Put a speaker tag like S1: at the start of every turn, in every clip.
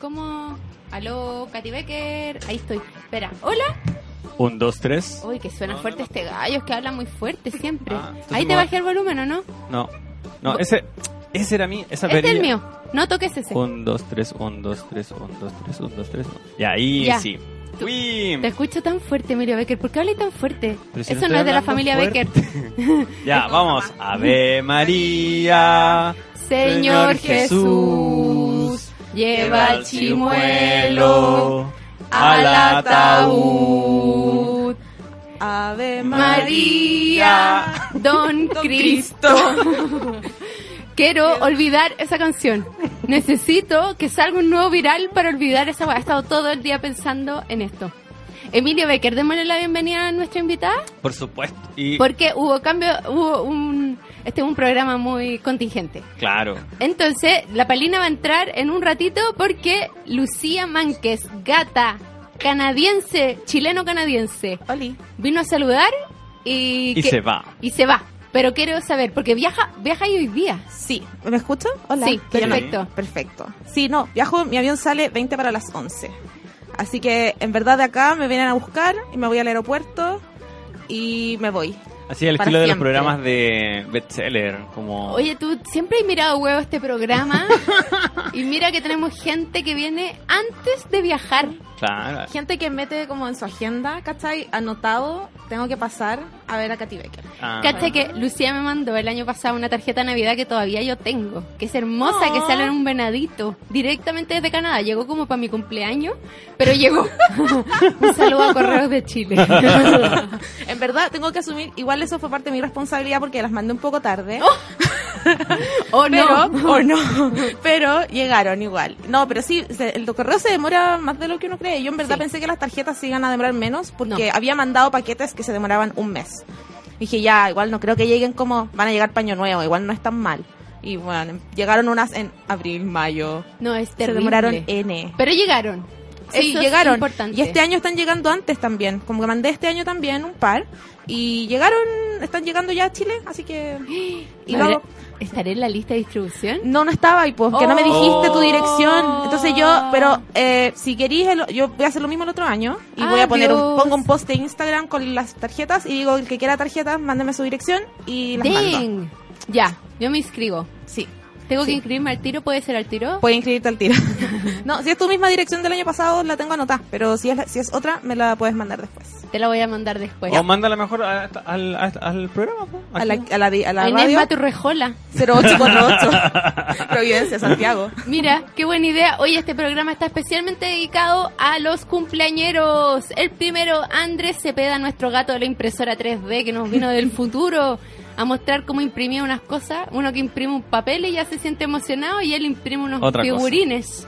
S1: ¿Cómo? Aló, Katy Becker. Ahí estoy. Espera. Hola.
S2: Un, dos, tres.
S1: Uy, que suena fuerte este gallo, es que habla muy fuerte siempre.
S2: Ah, entonces
S1: Ahí
S2: me
S1: te
S2: va-
S1: bajé el volumen, ¿o no?
S2: No, no, ese, ese era mí, esa
S1: Este es el
S2: perilla.
S1: mío. No toques ese.
S2: Un, dos, tres, un, dos, tres, un, dos, tres, un, dos, tres. no. Y ahí
S1: Ya.
S2: sí.
S1: Tú-
S2: Uy,
S1: Te escucho tan fuerte, Emilio Becker. ¿Por qué hablas tan fuerte?
S2: pero si
S1: Eso
S2: estoy
S1: no es de la
S2: hablando
S1: familia
S2: fuerte.
S1: Becker.
S2: ya,
S1: No,
S2: vamos.
S1: mamá.
S2: Ave María.
S1: Señor Jesús, lleva al chimuelo al ataúd.
S3: Ave
S1: María, Don Cristo. Quiero olvidar esa canción. Necesito que salga un nuevo viral para olvidar esa weá. He estado todo el día pensando en esto. Emilio Becker, démosle la bienvenida a nuestra invitada.
S2: Por supuesto. Y
S1: Porque hubo cambio, hubo un, este es un programa muy contingente.
S2: claro,
S1: Entonces, la Palina va a entrar en un ratito porque Lucía Manques, gata, canadiense, chileno-canadiense,
S3: Oli.
S1: vino a saludar y,
S2: y
S1: que-
S2: se va.
S1: y se va. Pero quiero saber, porque viaja, viaja ahí hoy día.
S3: Sí, ¿me escucho? Hola.
S1: Sí,
S3: Que ya me-
S1: perfecto.
S3: Perfecto. Sí, no, viajo, mi avión sale 20 para las 11. Así que en verdad de acá me vienen a buscar y me voy al aeropuerto y me voy.
S2: Así al
S3: Para
S2: estilo de los
S3: siempre.
S2: programas de bestseller, como
S1: Oye, tú siempre has mirado huevo este programa y mira que tenemos gente que viene antes de viajar.
S2: claro,
S4: Gente que mete como en su agenda, ¿cachai? Anotado, tengo que pasar a ver a Katy Becker.
S2: ah,
S1: Cacha que Lucía me mandó el año pasado una tarjeta de Navidad que todavía yo tengo, que es hermosa,
S3: Oh.
S1: que sale en un venadito, directamente desde Canadá. Llegó como para mi cumpleaños, pero llegó. un saludo a Correos de Chile.
S3: En verdad tengo que asumir, igual eso fue parte de mi responsabilidad porque las mandé un poco tarde.
S1: oh,
S3: pero,
S1: no.
S3: o no, pero llegaron igual. No, pero sí, se- el correo se demora más de lo que uno cree. Yo en verdad
S1: Sí.
S3: pensé que las tarjetas se iban a demorar menos porque
S1: No.
S3: había mandado paquetes que se demoraban un mes. Dije, ya, igual no creo que lleguen como van a llegar paño nuevo, igual no es tan mal. Y bueno, llegaron unas en abril, mayo.
S1: No, es
S3: Se
S1: terrible.
S3: demoraron N.
S1: Pero llegaron.
S3: Sí,
S1: Eso es
S3: llegaron.
S1: importante.
S3: Y este año están llegando antes también. Como que mandé este año también un par. Y llegaron, están llegando ya a Chile, así que. Y
S1: Habrá-
S3: vamos-
S1: ¿Estaré en la lista de distribución?
S3: no, no estaba y pues que no me dijiste tu
S4: Oh.
S3: dirección. Entonces yo, pero eh, si querís, el- yo voy a hacer lo mismo el otro año y
S4: Ah,
S3: voy a poner un,
S1: Adiós.
S3: pongo un post de Instagram con las tarjetas y digo el que quiera tarjetas, mándeme su dirección y las mando.
S1: Dang. Ya, yo me inscribo.
S3: Sí,
S1: ¿Tengo que
S3: Sí.
S1: inscribirme al tiro? ¿Puede ser al tiro?
S3: puede inscribirte al tiro. no, si es tu misma dirección del año pasado la tengo anotada, pero si es la- si es otra me la puedes mandar después.
S1: Te la voy a mandar después.
S2: o mándala mejor a- al, al- al programa, po,
S3: A la
S2: aquí.
S3: a la di- a la
S1: Pues A Inés
S3: radio
S1: Maturrejola.
S3: 0848 Providencia Santiago.
S1: Mira, qué buena idea. Hoy este programa está especialmente dedicado a los cumpleañeros. El primero, Andrés Cepeda, nuestro gato de la impresora 3D que nos vino del futuro a mostrar cómo imprimía unas cosas. Uno que imprime un papel y ya se siente emocionado y él imprime unos
S2: Otra cosa.
S1: figurines.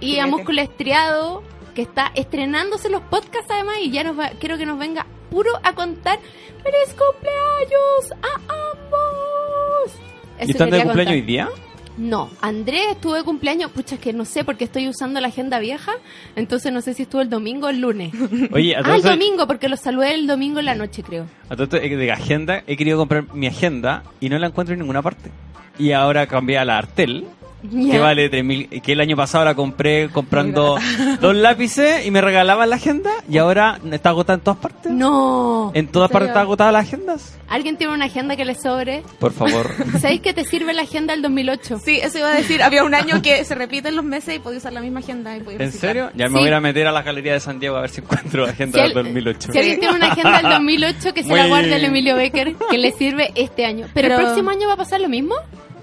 S1: Y a
S3: Fíjate.
S1: Músculo Estriado, que está estrenándose los podcasts además y ya nos va, quiero que nos venga puro a contar ¡Feliz cumpleaños a ambos! Eso
S2: ¿Y están de
S1: quería contar.
S2: cumpleaños hoy día?
S1: No, Andrés estuvo de cumpleaños, pucha, es que no sé porque estoy usando la agenda vieja, entonces no sé si estuvo el domingo o el lunes.
S2: Oye, a
S1: Ah,
S2: todo
S1: el
S2: esto-
S1: domingo, porque lo saludé el domingo en la noche, creo.
S2: a todo esto eh, de agenda, he querido comprar mi agenda y no la encuentro en ninguna parte. Y ahora cambié a la Artel, que
S1: Ya.
S2: vale 3.000, que el año pasado la compré comprando dos lápices y me regalaban la agenda y ahora está agotada en todas partes.
S1: No.
S2: En todas partes está agotada las agendas.
S1: ¿Alguien tiene una agenda que le sobre?
S2: Por favor.
S1: ¿Sabéis que te sirve la agenda del 2008?
S4: Sí, eso iba a decir. Había un año que se repiten los meses y podía usar la misma agenda. Y podía
S2: ¿En
S4: visitar.
S2: serio? Ya me
S1: Sí.
S2: voy a ir a meter a la galería de San Diego a ver si encuentro la agenda
S1: Si
S2: del
S1: al-
S2: 2008.
S1: Si alguien tiene una agenda del 2008 que se la
S2: Muy-
S1: guarde el Emilio Becker, que le sirve este año. Pero, el
S3: Pero-
S1: próximo año va a pasar lo mismo?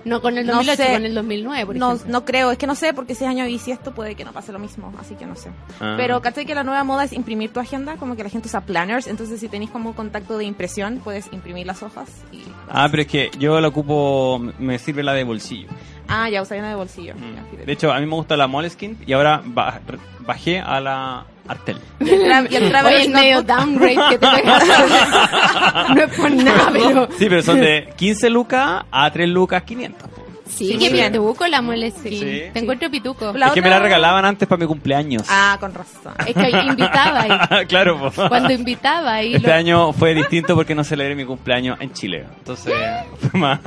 S1: No con el
S3: No
S1: 2008,
S3: sé.
S1: con el 2009, por
S3: No,
S1: ejemplo.
S3: no creo, es que no sé, porque si es año bisiesto puede que no pase lo mismo, así que no sé.
S2: Ah.
S3: Pero ¿cachai que la nueva moda es imprimir tu agenda? Como que la gente usa planners, entonces si tenéis como contacto de impresión, puedes imprimir las hojas y...
S2: Ah, pero es que yo la ocupo, me sirve la de bolsillo.
S3: Ah, ya, usáis una de bolsillo. Ya, fíjate.
S2: Mm. De hecho, a mí me gusta la Moleskine y ahora ba- bajé a la Artel.
S3: Y el tra- y el
S1: Oye, el
S3: Travelers
S1: medio
S3: Notebook-
S1: downgrade que te pegas. no es por nada, Ah, pero...
S2: Sí, pero son de 15 lucas a 3 lucas 500. po.
S1: Sí,
S3: Sí,
S1: que
S3: bien.
S1: pituco la molestia.
S2: Sí.
S1: Te
S2: Sí.
S1: encuentro pituco.
S3: La
S2: es que me la
S3: otra-
S2: regalaban antes para mi cumpleaños.
S3: Ah, con razón.
S1: Es que invitaba ahí.
S2: claro, po.
S1: Cuando invitaba y
S2: Este
S1: lo-
S2: año fue distinto porque no celebré mi cumpleaños en Chile. Entonces, fue más.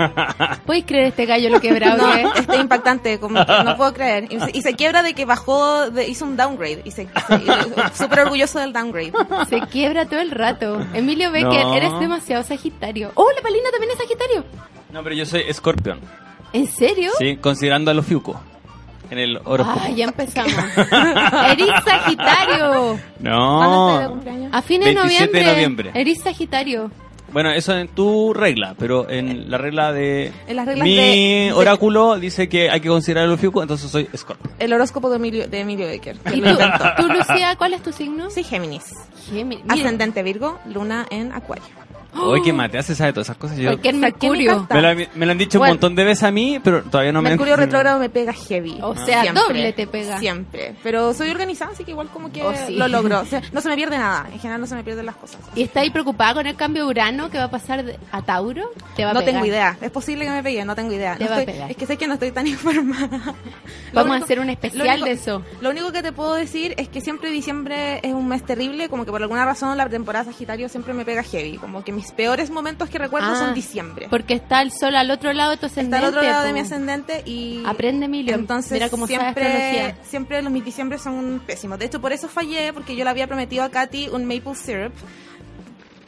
S1: ¿Puedes creer este gallo lo quebrado
S3: No,
S1: que es?
S3: está impactante, como que no puedo creer. Y se, y se quiebra de que bajó, de- hizo un downgrade. Y se, se- súper orgulloso del downgrade.
S1: Se quiebra todo el rato. Emilio Becker,
S2: No.
S1: eres demasiado sagitario. Oh, la palina también es sagitario.
S2: No, pero yo soy Scorpion.
S1: ¿En serio?
S2: Sí, considerando a los Fiuco. En el horóscopo.
S1: Ah, ya empezamos. Eres sagitario.
S2: Oh.
S4: ¿Cuándo está de
S2: No.
S3: Ah,
S4: cumpleaños?
S1: A fines de
S2: 27
S1: noviembre.
S2: de noviembre.
S1: Eres sagitario.
S2: Bueno, eso en tu regla, pero en la regla de.
S3: En las reglas
S2: mi
S3: de-
S2: oráculo dice que hay que considerar a los Fiuco, entonces soy Scorpio.
S3: El horóscopo de Emilio, de Emilio Baker. que
S1: ¿Y
S3: lo
S1: tú,
S3: inventó.
S1: tú, Lucía, cuál es tu signo?
S3: Sí, Géminis.
S1: Géminis. Mira,
S3: Ascendente Virgo, luna en Acuario. ¡Oh!
S2: Oye, que Matea se sabe todas esas cosas. Yo,
S1: Cualquier
S3: Saqué mi
S1: mercurio.
S2: me, lo, han- me lo han dicho
S3: Bueno.
S2: un montón de veces a mí, pero todavía no me.
S3: Mercurio retrógrado me pega heavy.
S1: O sea, doble te pega.
S3: Siempre. Pero soy organizada, así que igual como que
S1: Oh, sí.
S3: lo logro. O sea, no se me pierde nada. En general no se me pierden las cosas.
S1: ¿Y está ahí preocupada con el cambio de Urano que va a pasar de- a Tauro? Te va a
S3: No
S1: pegar.
S3: tengo idea. Es posible que me pegue, no tengo idea.
S1: Te
S3: No
S1: va a
S3: estoy-
S1: pegar.
S3: Es que sé que no estoy tan informada. Lo
S1: Vamos a
S3: único-
S1: hacer un
S3: lo
S1: especial
S3: único-
S1: de eso.
S3: Lo único que te puedo decir es que siempre diciembre es un mes terrible, como que por alguna razón la temporada Sagitario siempre me pega heavy, como que mis peores momentos que recuerdo
S1: Ah,
S3: son diciembre.
S1: Porque está el sol al otro lado de tu ascendente.
S3: Está al otro lado de
S1: po.
S3: mi ascendente y
S1: Aprende, Emilio.
S3: entonces
S1: Mira cómo sabe
S3: siempre,
S1: astrología.
S3: siempre los mis diciembre son pésimos. De hecho, por eso fallé, porque yo le había prometido a Katy un maple syrup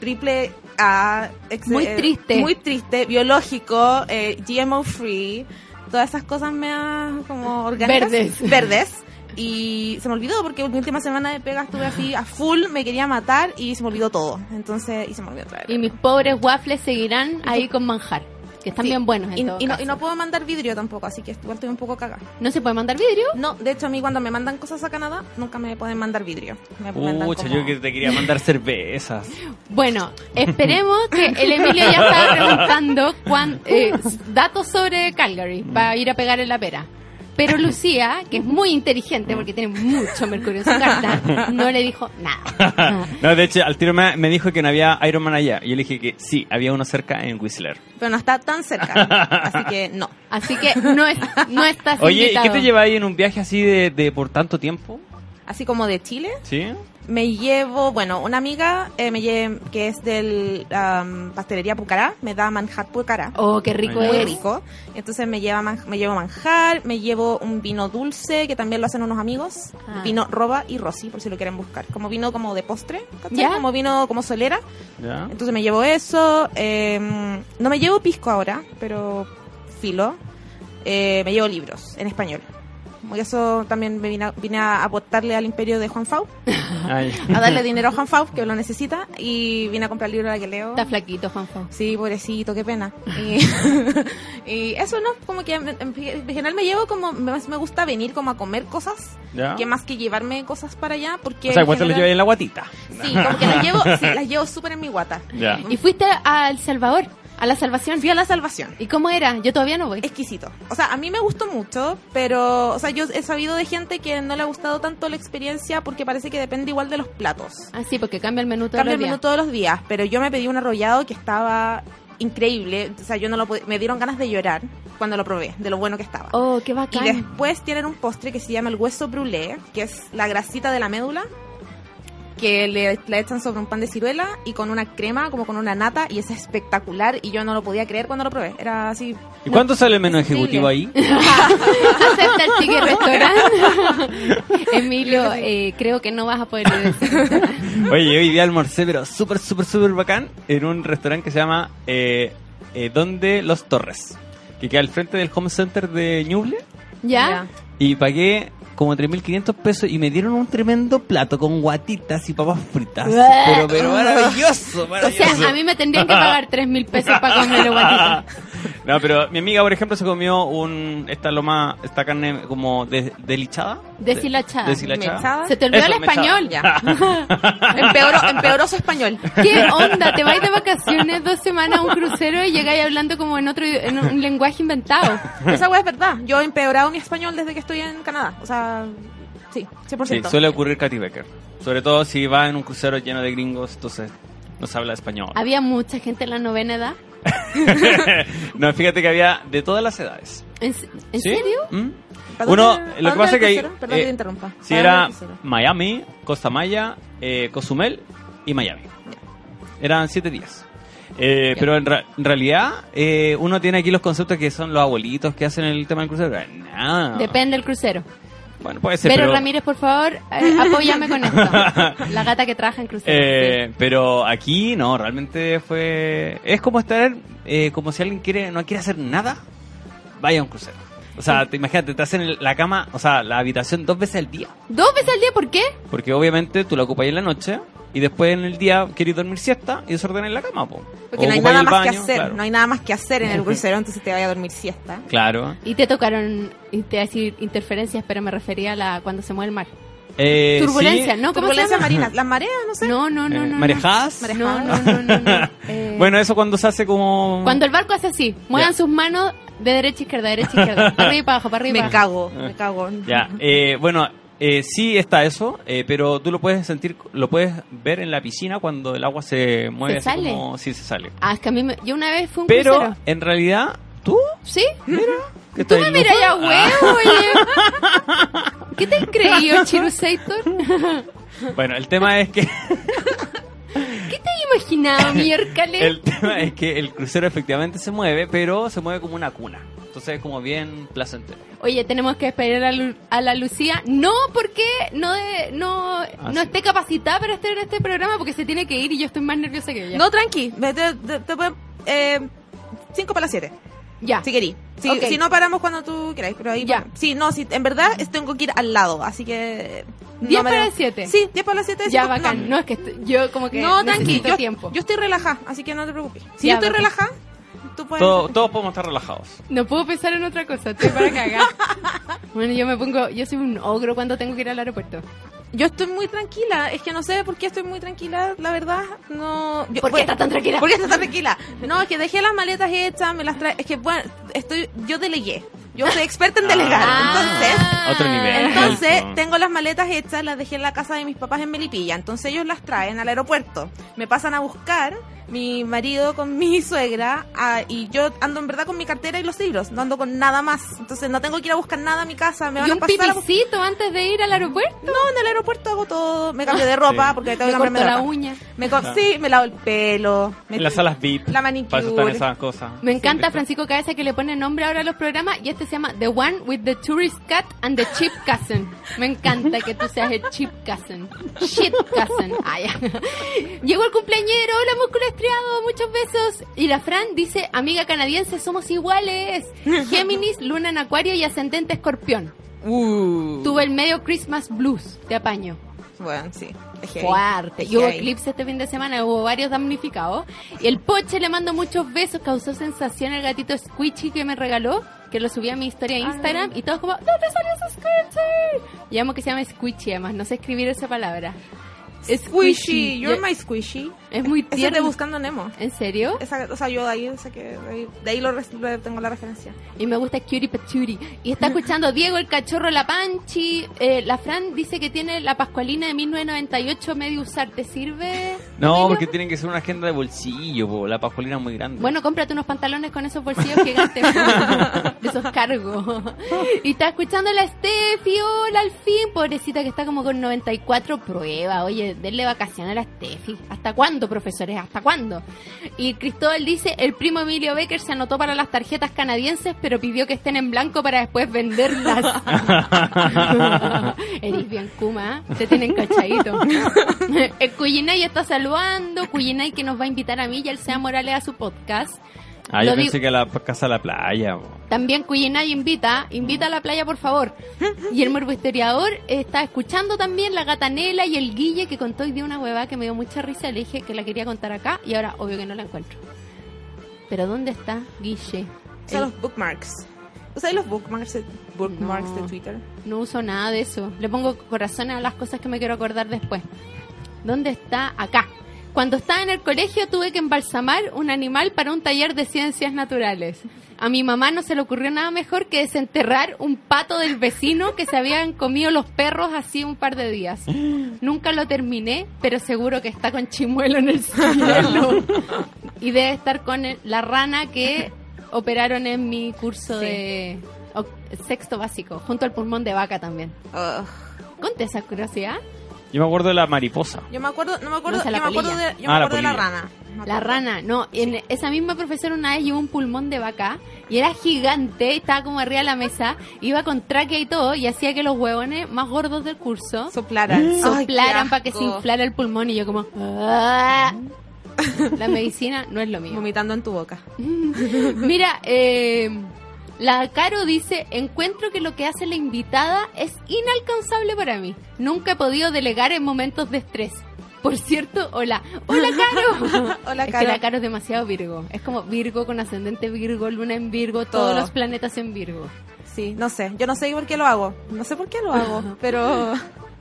S3: triple A, ex-
S1: Muy
S3: eh,
S1: triste.
S3: muy triste, biológico, eh, GMO free, todas esas cosas más como orgánicas,
S1: Verdes.
S3: verdes. Y se me olvidó porque la última semana de pega estuve así a full, me quería matar y se me olvidó todo. Entonces, y se me olvidó traer.
S1: Y mis pobres waffles seguirán ahí con manjar. Que están
S3: Sí.
S1: bien buenos. En
S3: Y,
S1: todo
S3: y no,
S1: caso.
S3: y no puedo mandar vidrio tampoco, así que igual estoy un poco cagada.
S1: ¿No se puede mandar vidrio.
S3: No, de hecho a mí cuando me mandan cosas a Canadá nunca me pueden mandar vidrio. Me mandan
S2: Pucha,
S3: como-
S2: yo que te quería mandar cervezas.
S1: Bueno, esperemos que el Emilio ya estaba preguntando cuán- eh, datos sobre Calgary para ir a pegar en la pera. Pero Lucía, que es muy inteligente porque tiene mucho mercurio en su carta, no le dijo nada.
S2: no, de hecho, al tiro me, me dijo que no había Iron Man allá. Y yo le dije que sí, había uno cerca en Whistler.
S3: Pero no está tan cerca, así que no.
S1: Así que no, es, no estás
S2: Oye, ¿y qué
S1: invitado.
S2: te lleváis en un viaje así de, de por tanto tiempo?
S3: Así como de Chile,
S2: ¿Sí?
S3: me llevo, bueno, una amiga eh, me lle- que es del am, pastelería Pucará, me da manjar Pucará.
S1: Oh, qué rico
S2: Muy
S3: muy
S1: es.
S3: rico. Entonces me lleva man- me llevo manjar, me llevo un vino dulce que también lo hacen unos amigos,
S1: Ah.
S3: vino Roba y Rosy por si lo quieren buscar. Como vino como de postre, ¿cachai?
S1: Ya.
S3: Como vino como solera.
S2: ¿Ya?
S3: Entonces me llevo eso. eh, no me llevo pisco ahora, pero filo. Eh, me llevo libros en español. Como que Eso también me vine a, vine a aportarle al imperio de Juan Fau,
S2: Ay.
S3: a darle dinero a Juan Fau, que lo necesita, y vine a comprar el libro de la que leo.
S1: Está flaquito, Juanjo.
S3: Sí, pobrecito, qué pena. Y, y eso, ¿no? Como que en, en general me llevo como, me, me gusta venir como a comer cosas,
S2: ¿Ya?
S3: que más que llevarme cosas para allá, porque...
S2: O sea,
S3: en
S2: ¿cuánto les
S3: general-
S2: lleváis en la guatita?
S3: Sí, como que las llevo, sí, las llevo súper en mi guata.
S2: Ya.
S1: Y fuiste a El Salvador, a la salvación.
S3: Fui a la salvación.
S1: ¿Y cómo era? Yo todavía no voy.
S3: exquisito. O sea, a mí me gustó mucho, pero, o sea, yo he sabido de gente que no le ha gustado tanto la experiencia porque parece que depende igual de los platos.
S1: Ah, sí, porque cambia el menú todos
S3: Cambia
S1: los
S3: el menú
S1: días.
S3: todos los días, pero yo me pedí un arrollado que estaba increíble, o sea, yo no lo pod- me dieron ganas de llorar cuando lo probé, de lo bueno que estaba.
S1: Oh, qué
S3: Y
S1: bacán.
S3: después tienen un postre que se llama el hueso brûlé, que es la grasita de la médula, que le, la echan sobre un pan de ciruela y con una crema, como con una nata, y es espectacular. Y yo no lo podía creer cuando lo probé. Era así.
S2: ¿Y cuánto sale el menú ejecutivo ahí?
S1: ¿Acepta el ticket restaurante? Emilio, eh, creo que no vas a poder ir decir.
S2: Oye, hoy día almorcé, pero súper, súper, súper bacán en un restaurante que se llama eh, eh, Donde Los Torres, que queda al frente del Home Center de Ñuble.
S1: ¿Ya?
S2: Y pagué como 3.500 pesos y me dieron un tremendo plato con guatitas y papas fritas.
S1: Uah.
S2: pero, pero
S1: Ah. O sea,
S2: maravilloso, maravilloso.
S1: a mí me tendrían que pagar 3 mil pesos para comerlo guatita.
S2: No, pero mi amiga, por ejemplo, se comió un esta loma, esta carne como de- delichada.
S1: Deshilachada.
S2: Deshilachada.
S1: Se te olvidó
S2: Eso,
S1: el
S2: me echaba.
S1: español.
S3: Ya. empeoró, empeoró su español.
S1: ¿Qué onda? Te vais de vacaciones dos semanas a un crucero y llegáis hablando como en otro en un lenguaje inventado.
S3: Esa hueá es verdad. Yo he empeorado mi español desde que estoy en Canadá. O sea, sí, 100%.
S2: Sí, suele ocurrir Katy Becker. Sobre todo si va en un crucero lleno de gringos, entonces nos habla español.
S1: Había mucha gente en la novena edad.
S2: no, fíjate que había de todas las edades.
S1: ¿En, se- en
S2: ¿Sí?
S1: serio?
S2: ¿Mm?
S3: ¿Para
S2: Uno,
S3: dónde-
S2: lo
S3: para
S2: que pasa
S3: dónde
S2: es que
S3: era el
S2: ahí,
S3: crucero? Perdón
S2: eh,
S3: que te interrumpa.
S2: si
S1: Ah,
S3: ¿Para
S2: era
S3: dónde era el crucero?
S2: Miami, Costa Maya, eh, Cozumel y Miami. Eran siete días. Eh, pero en, ra- en realidad, eh, uno tiene aquí los conceptos que son los abuelitos que hacen el tema del crucero. Eh, Nada.
S1: Depende del crucero.
S2: Bueno, puede ser.
S1: Pero,
S2: pero-
S1: Ramírez, por favor, eh, apóyame con esto. La gata que trabaja en crucero.
S2: Eh, pero aquí no, realmente fue... Es como estar, eh, como si alguien quiere no quiere hacer nada, vaya a un crucero. O sea, te, imagínate, te hacen el- la cama, o sea, la habitación dos veces al día.
S1: ¿Dos veces al día por qué?
S2: Porque obviamente tú la ocupas en la noche y después en el día quieres dormir siesta y desordenar la cama. Po.
S3: Porque
S2: O
S3: no hay
S2: ocupáis
S3: nada
S2: el
S3: más que
S2: baño,
S3: hacer.
S2: Claro.
S3: No hay nada más que hacer en el crucero, entonces te vaya a dormir siesta.
S2: Claro.
S1: Y te tocaron, y te iba a decir interferencias, pero me refería a la cuando se mueve el mar.
S2: Eh,
S1: Turbulencia,
S2: sí,
S1: ¿no? ¿Cómo se
S3: Turbulencias
S1: llama?
S3: marinas. Las mareas, no sé.
S1: No, no, no,
S2: eh,
S1: no. no.
S2: marejadas.
S1: No, no, no, no. no. Eh,
S2: Bueno, eso cuando se hace como...
S1: Cuando el barco hace así, muevan
S2: Mm. Ya.
S1: sus manos de derecha a izquierda, derecha a izquierda, para arriba y para abajo, para arriba y
S3: Me
S1: para abajo.
S3: cago, me cago.
S2: Ah. Ya, eh, bueno, eh, sí está eso, eh, pero tú lo puedes sentir, lo puedes ver en la piscina cuando el agua se mueve.
S1: ¿Se
S2: así
S1: sale?
S2: Como, sí, se sale.
S1: Ah, es que a mí me- yo una vez fui a un
S2: Pero
S1: crucero.
S2: en realidad, tú,
S1: ¿Sí?
S2: que
S1: Tú
S2: estás
S1: me
S2: en
S1: miras
S2: lujo-
S1: ya
S2: Ah,
S1: huevo, oye. ¿Qué te has creído, Chiruseitor?
S2: Ah, Bueno, el tema es que
S1: ¿Te imaginaba, miércoles?
S2: el tema es que el crucero efectivamente se mueve, pero se mueve como una cuna. Entonces es como bien placentero.
S1: Oye, tenemos que esperar a, Lu- a la Lucía. No porque no de- no, no
S2: Ah, sí.
S1: esté capacitada para estar en este programa, porque se tiene que ir y yo estoy más nerviosa que ella.
S3: No, tranqui. Ve, Te, te- te puedo- eh, cinco para las siete,
S1: ya.
S3: si querí. Si,
S1: Ah. Ok.
S3: si no, paramos cuando tú queráis. Pero ahí,
S1: Ya.
S3: bueno. Sí, no, sí, en verdad es- tengo que ir al lado, así que... no
S1: ¿Diez
S3: me
S1: para
S3: da-
S1: las siete?
S3: Sí, 10 para las 7.
S1: ya, bacán. No, es que estoy- yo como que
S3: No, tranqui,
S1: necesito
S3: yo,
S1: tiempo.
S3: yo estoy relajada, así que no te preocupes. Si
S1: Ya,
S3: yo estoy
S1: bacán.
S3: relajada, tú puedes...
S2: Todo- todos podemos estar relajados.
S1: No puedo pensar en otra cosa, estoy para cagar. bueno, yo me pongo, yo soy un ogro cuando tengo que ir al aeropuerto.
S3: Yo estoy muy tranquila, es que no sé por qué estoy muy tranquila, la verdad, no... Yo,
S1: ¿Por qué estás tan tranquila?
S3: ¿Por qué estás tan tranquila? No, es que dejé las maletas hechas, me las trae... Es que, bueno, estoy, yo delegué, yo soy experta en delegar, entonces...
S2: Ah, Otro nivel.
S3: Entonces,
S2: Eso.
S3: tengo las maletas hechas, las dejé en la casa de mis papás en Melipilla, entonces ellos las traen al aeropuerto, me pasan a buscar, mi marido con mi suegra, ah, y yo ando en verdad con mi cartera y los libros, no ando con nada más, entonces no tengo que ir a buscar nada a mi casa, me van
S1: Y
S3: a
S1: un
S3: pasar a buscar...
S1: pipicito antes de ir al aeropuerto.
S3: No, en el aeropuerto hago todo. Me cambio de ropa
S2: Ah, Sí.
S3: porque tengo
S1: Me
S3: que cambiarme
S1: corto
S3: de
S1: la
S3: ropa.
S1: uña.
S3: Me co- Sí, me lavo el pelo. Me
S2: En las salas VIP.
S3: La manicure.
S2: Para eso están esas cosas.
S1: Me encanta Francisco Cabeza que le pone nombre ahora a los programas y este se llama The One with the Tourist Cat and the Cheap Cousin. Me encanta que tú seas el Cheap Cousin. Shit Cousin. Ah, ya. Llegó el cumpleañero, hola músculo estriado, muchos besos. Y la Fran dice, amiga canadiense, somos iguales. Géminis, luna en acuario y ascendente escorpión.
S3: Uh.
S1: Tuve el medio Christmas Blues, te apaño.
S3: Bueno, sí. Dejé ahí.
S1: Fuerte.
S3: Dejé
S1: Y hubo
S3: ahí.
S1: eclipse este fin de semana, hubo varios damnificados. Y el poche le mando muchos besos, causó sensación el gatito Squishy que me regaló, que lo subí a mi historia de Instagram y todos como, ¿dónde salió ese Squishy? Y amo que se llama Squishy, además, no sé escribir esa palabra.
S3: Squishy. You're my squishy.
S1: Es muy
S3: Ese es de
S1: tierno.
S3: Buscando Nemo.
S1: ¿En serio?
S3: Esa, o sea, yo de ahí, saqué- de ahí, de ahí lo res- le tengo la referencia.
S1: Y me gusta Cutie Paturi. Y está escuchando Diego el Cachorro La Panchi. Eh, la Fran dice que tiene la Pascualina de 1998 medio usar. ¿Te sirve?
S2: No,
S1: amiga?
S2: porque tienen que ser una agenda de bolsillo, po, la pascualina es muy grande.
S1: Bueno, cómprate unos pantalones con esos bolsillos gigantes. po, de esos cargos. Y está escuchando la Steffi. Hola, al fin. Pobrecita que está como con 94 pruebas. Oye, denle vacaciones a la Steffi. ¿Hasta cuándo, profesores? ¿Hasta cuándo? Y Cristóbal dice, el primo Emilio Baker se anotó para las tarjetas canadienses, pero pidió que estén en blanco para después venderlas.
S2: Ah,
S1: Eres bien Kuma, ¿eh? te tienen cachadito. El Cuyinay está saludando, Cuyinay que nos va a invitar a mí y al Sea Morales a su podcast.
S2: ah, yo
S1: lo
S2: pensé
S1: digo-
S2: que a la casa a la playa. po.
S1: También Cuyinay invita, invita a la playa por favor. Y el morbo historiador está escuchando también la gatanela y el guille que contó hoy de una hueva que me dio mucha risa, le dije que la quería contar acá y ahora obvio que no la encuentro. Pero ¿dónde está Guille?
S3: Son
S1: El-
S3: los bookmarks. ¿Usáis los bookmarks de, bookmarks
S1: No.
S3: de Twitter?
S1: No uso nada de eso. Le pongo corazones a las cosas que me quiero acordar después. ¿Dónde está? Acá. Cuando estaba en el colegio tuve que embalsamar un animal para un taller de ciencias naturales. A mi mamá no se le ocurrió nada mejor que desenterrar un pato del vecino que se habían comido los perros así un par de días. Nunca lo terminé, pero seguro que está con chimuelo en el cielo. Y debe estar con el- la rana que operaron en mi curso
S3: Sí.
S1: de oc- sexto básico, junto al pulmón de vaca también.
S3: Ugh.
S1: Conte esa curiosidad.
S2: Yo me acuerdo de la mariposa.
S3: Yo me acuerdo, no me acuerdo,
S1: No sé, la
S3: yo me acuerdo
S1: polilla.
S3: de, yo me
S2: Ah, la
S3: acuerdo de la
S2: polilla.
S3: rana. Me
S1: La
S3: acuerdo.
S1: rana, no, en esa misma profesora una vez llevó un pulmón de vaca y era gigante, estaba como arriba de la mesa, iba con tráquea y todo y hacía que los huevones más gordos del curso
S3: Soplaran.
S1: soplaran
S3: Ay, qué
S1: para que se
S3: asco.
S1: inflara el pulmón y yo como... "Ah". La medicina no es lo mío.
S3: Vomitando en tu boca.
S1: Mira, eh, la Caro dice, encuentro que lo que hace la invitada es inalcanzable para mí. Nunca he podido delegar en momentos de estrés. Por cierto, hola. Hola, Caro.
S3: Hola,
S1: es que
S3: Caro.
S1: la Caro es demasiado Virgo. Es como Virgo con ascendente Virgo, luna en Virgo, todos
S3: Todo.
S1: los planetas en Virgo.
S3: Sí, no sé. Yo no sé por qué lo hago. No sé por qué lo hago, pero...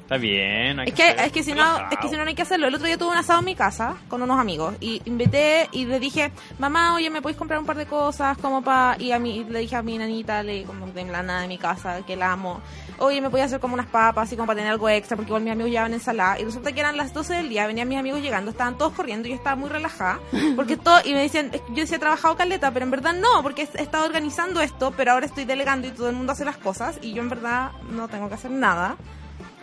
S2: Está bien. hay
S3: Es que,
S2: ser
S3: es que si no, es que si no, no hay que hacerlo. El otro día tuve un asado en mi casa con unos amigos y invité y le dije, mamá, oye, ¿me podéis comprar un par de cosas? Como pa... Y a mí, y le dije a mi nanita, le como de la nada de mi casa, que la amo. Oye, ¿me podías hacer como unas papas así como para tener algo extra? Porque igual mis amigos llevaban ensalada. Y resulta que eran las 12 del día, venían mis amigos llegando, estaban todos corriendo y yo estaba muy relajada. Porque todo, y me dicen, yo decía, he trabajado caleta, pero en verdad no, porque he estado organizando esto, pero ahora estoy delegando y todo el mundo hace las cosas y yo en verdad no tengo que hacer nada.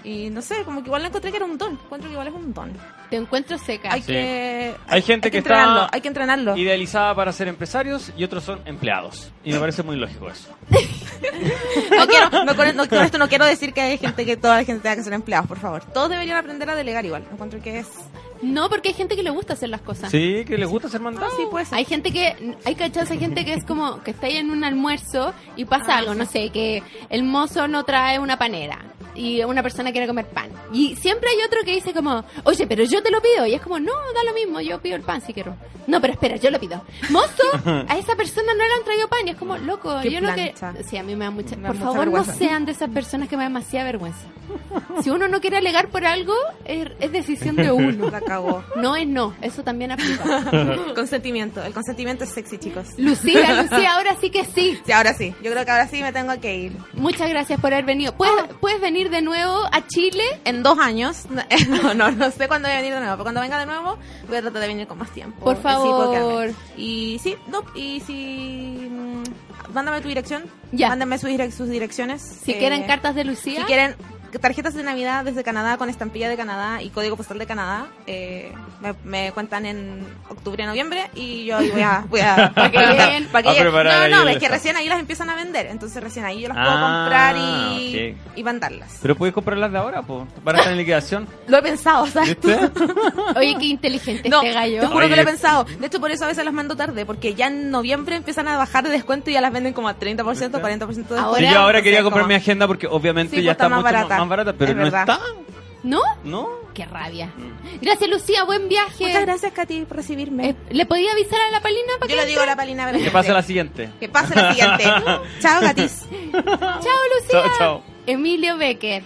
S3: Y no sé, como que igual le encontré que era un don. Encuentro que igual es un don.
S1: Te encuentro seca.
S3: Hay que.
S2: Hay gente que está-
S3: entrenarlo, Hay que entrenarlo.
S2: Idealizada para ser empresarios y otros son empleados. Y me parece muy lógico eso.
S3: No quiero, no, con, no- con esto no quiero decir que hay gente que toda la gente tenga que ser empleados, por favor. Todos deberían aprender a delegar igual. Encuentro que es.
S1: No, porque hay gente que le gusta hacer las cosas.
S2: Sí, que les gusta ser mandados.
S3: sí, pues. puede ser.
S1: Hay gente que, hay cachados, hay gente que es como que está ahí en un almuerzo y pasa
S3: Ah,
S1: algo, no sé, que el mozo no trae una panera y una persona quiere comer pan. Y siempre hay otro que dice como, oye, pero yo te lo pido. Y es como, no, da lo mismo, yo pido el pan si quiero. No, pero espera, yo lo pido. Mozo, a esa persona no le han traído pan. Y es como, loco,
S3: Qué
S1: yo no que...
S3: plancha.
S1: Sí, a mí me da mucha...
S3: Me da
S1: por
S3: mucha
S1: favor,
S3: vergüenza.
S1: no sean de esas personas que me da demasiada vergüenza. Si uno no quiere alegar por algo, es, es decisión de uno.
S3: La cagó.
S1: No es no, eso también aplica.
S3: consentimiento. El consentimiento es sexy, chicos.
S1: Lucía, Lucía, ahora sí que sí.
S3: Sí, ahora sí. Yo creo que ahora sí me tengo que ir.
S1: Muchas gracias por haber venido. ¿Puedes,
S3: Ah.
S1: puedes venir de nuevo a Chile?
S3: En dos años. No, no, no sé cuándo voy a venir de nuevo. Pero cuando venga de nuevo, voy a tratar de venir con más tiempo.
S1: Por
S3: Y sí, puedo
S1: favor.
S3: quedarme. Y sí, no. Y si. mm, Mándame tu dirección.
S1: Ya.
S3: Mándame sus, direc- sus direcciones.
S1: Si
S3: Eh,
S1: quieren cartas de Lucía.
S3: Si quieren tarjetas de Navidad desde Canadá con estampilla de Canadá y código postal de Canadá, eh, me, me cuentan en octubre, noviembre y yo ahí voy a... Voy a
S1: Pa' que lleguen.
S3: pa' que
S2: A
S3: lleguen.
S2: preparar
S3: No,
S2: ahí
S3: no,
S2: el
S3: es que
S2: stock.
S3: recién ahí las empiezan a vender, entonces recién ahí yo las puedo
S2: Ah,
S3: comprar y, y mandarlas.
S2: Pero puedes comprarlas de ahora, po. Van a estar en liquidación.
S3: Lo he pensado, ¿sabes?
S2: ¿Viste?
S1: Oye, qué inteligente
S3: No,
S1: este
S3: te
S1: gallo.
S3: juro que lo
S2: Oye.
S3: he pensado. De hecho, por eso a veces las mando tarde, porque ya en noviembre empiezan a bajar de descuento y ya las venden como a 30%, 40% de descuento.
S1: Ahora-
S2: Sí, yo ahora quería
S3: Entonces,
S2: comprar
S3: como-
S2: mi agenda porque obviamente
S3: Sí,
S2: ya
S3: pues,
S2: está,
S3: está más
S2: mucho más-
S3: barata.
S2: más barata, pero
S3: Es
S2: no
S3: verdad.
S2: está,
S1: ¿No?
S2: ¿no?
S1: Qué rabia. Gracias, Lucía. Buen viaje.
S3: Muchas gracias, Katy, por recibirme.
S1: Eh, ¿Le podía avisar a la palina para
S3: Yo le digo a la palina Vergara.
S2: Que pase la siguiente.
S3: Que pase la siguiente. Chao, gatis.
S1: Chao, Lucía.
S2: Chao, chao.
S1: Emilio Becker.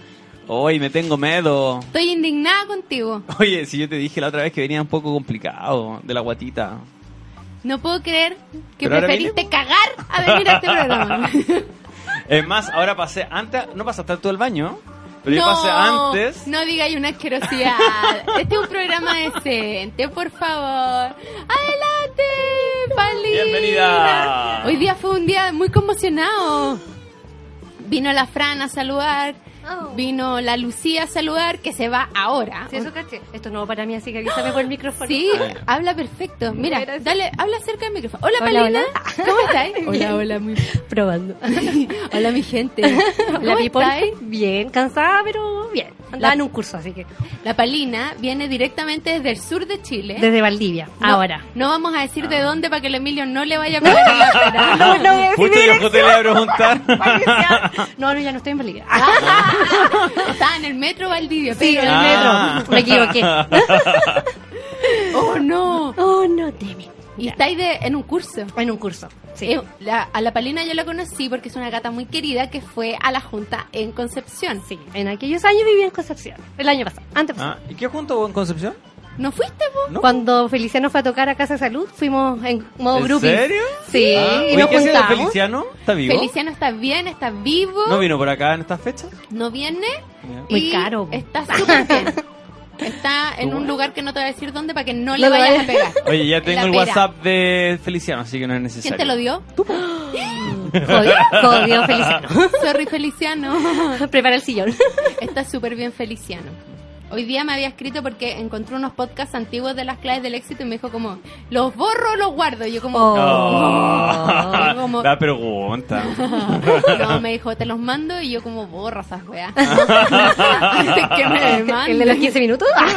S2: Hoy me tengo miedo.
S1: Estoy indignada contigo.
S2: Oye, si yo te dije la otra vez que venía un poco complicado de la guatita.
S1: No puedo creer que
S2: Pero ahora
S1: preferiste cagar a venir a este programa.
S2: Es más, ahora pasé antes, no pasaste tú al baño, pero yo
S1: no,
S2: pasé antes.
S1: no digáis una asquerosidad. Este es un programa decente, por favor. ¡Adelante, Palina!
S2: Bienvenida.
S1: Hoy día fue un día muy conmocionado. Vino la Fran a saludar, vino la Lucía a saludar, que se va ahora.
S5: Oh. Sí, eso caché. Esto no va para mí, así que avísame por el micrófono.
S1: Sí,
S2: Ah.
S1: habla perfecto. Mira,
S5: Gracias.
S1: dale, habla cerca del micrófono. Hola,
S5: Hola,
S1: Palina. ¿Cómo estáis? Hola, hola,
S5: Probando.
S1: hola, mi gente.
S5: La
S1: ¿Cómo estáis?
S5: people, bien, cansada, pero bien. Andaba en un curso, así que.
S1: La Palina viene directamente desde el sur de Chile.
S5: Desde Valdivia,
S1: No,
S5: ahora.
S1: No vamos a decir de dónde para que el Emilio no le vaya a pegar en la ópera.
S5: No, no voy a decir
S2: Justo
S5: mi
S2: yo justo le
S5: dirección.
S2: iba a preguntar.
S5: No, no, ya no estoy en Valdivia.
S1: Ah, Estaba en el metro Valdivia.
S5: sí,
S1: pero-
S5: en el
S2: Ah.
S5: metro. Me equivoqué.
S1: Oh, no.
S5: Oh, no, teme.
S1: Y estáis de- en un curso.
S5: En un curso. Sí.
S1: Eh, la- a la Palina yo la conocí porque es una gata muy querida que fue a la junta en Concepción.
S5: Sí, en aquellos años vivía en Concepción. El año pasado, antes
S2: Ah, ¿Y qué junto en Concepción?
S1: ¿No fuiste vos?
S2: ¿No?
S5: Cuando Feliciano fue a tocar a Casa Salud, fuimos en modo
S2: ¿En
S5: grouping.
S2: serio?
S5: Sí,
S2: Ah,
S5: y
S2: oye,
S5: nos
S2: ¿qué ha sido de
S5: juntamos.
S2: Feliciano? ¿Está vivo?
S1: Feliciano está bien, está vivo.
S2: ¿No vino por acá en estas fechas?
S1: no viene.
S2: Mira.
S5: Muy
S1: y
S5: caro.
S1: Está súper bien. Está en un lugar que no te voy a decir dónde para que no, le
S5: te
S1: vayas
S5: vayas.
S1: a pegar.
S2: Oye, ya tengo
S1: La
S2: el
S1: pera.
S2: WhatsApp de Feliciano, así que no es
S1: ¿Quién
S2: necesario.
S1: te lo dio?
S5: Jodió, jodió Feliciano.
S1: Sorry, Feliciano.
S5: Prepara el sillón.
S1: Está súper bien Feliciano. Hoy día me había escrito porque encontré unos podcasts antiguos de las claves del éxito y me dijo como, los borro o los guardo. Y yo como,
S5: Oh.
S2: Oh,
S1: Como-
S2: La pregunta.
S1: no, me dijo, te los mando y yo como, borra esas weas. Antes que
S2: Ah.
S1: me
S5: El de los
S1: manden.
S5: 15 minutos. Ah.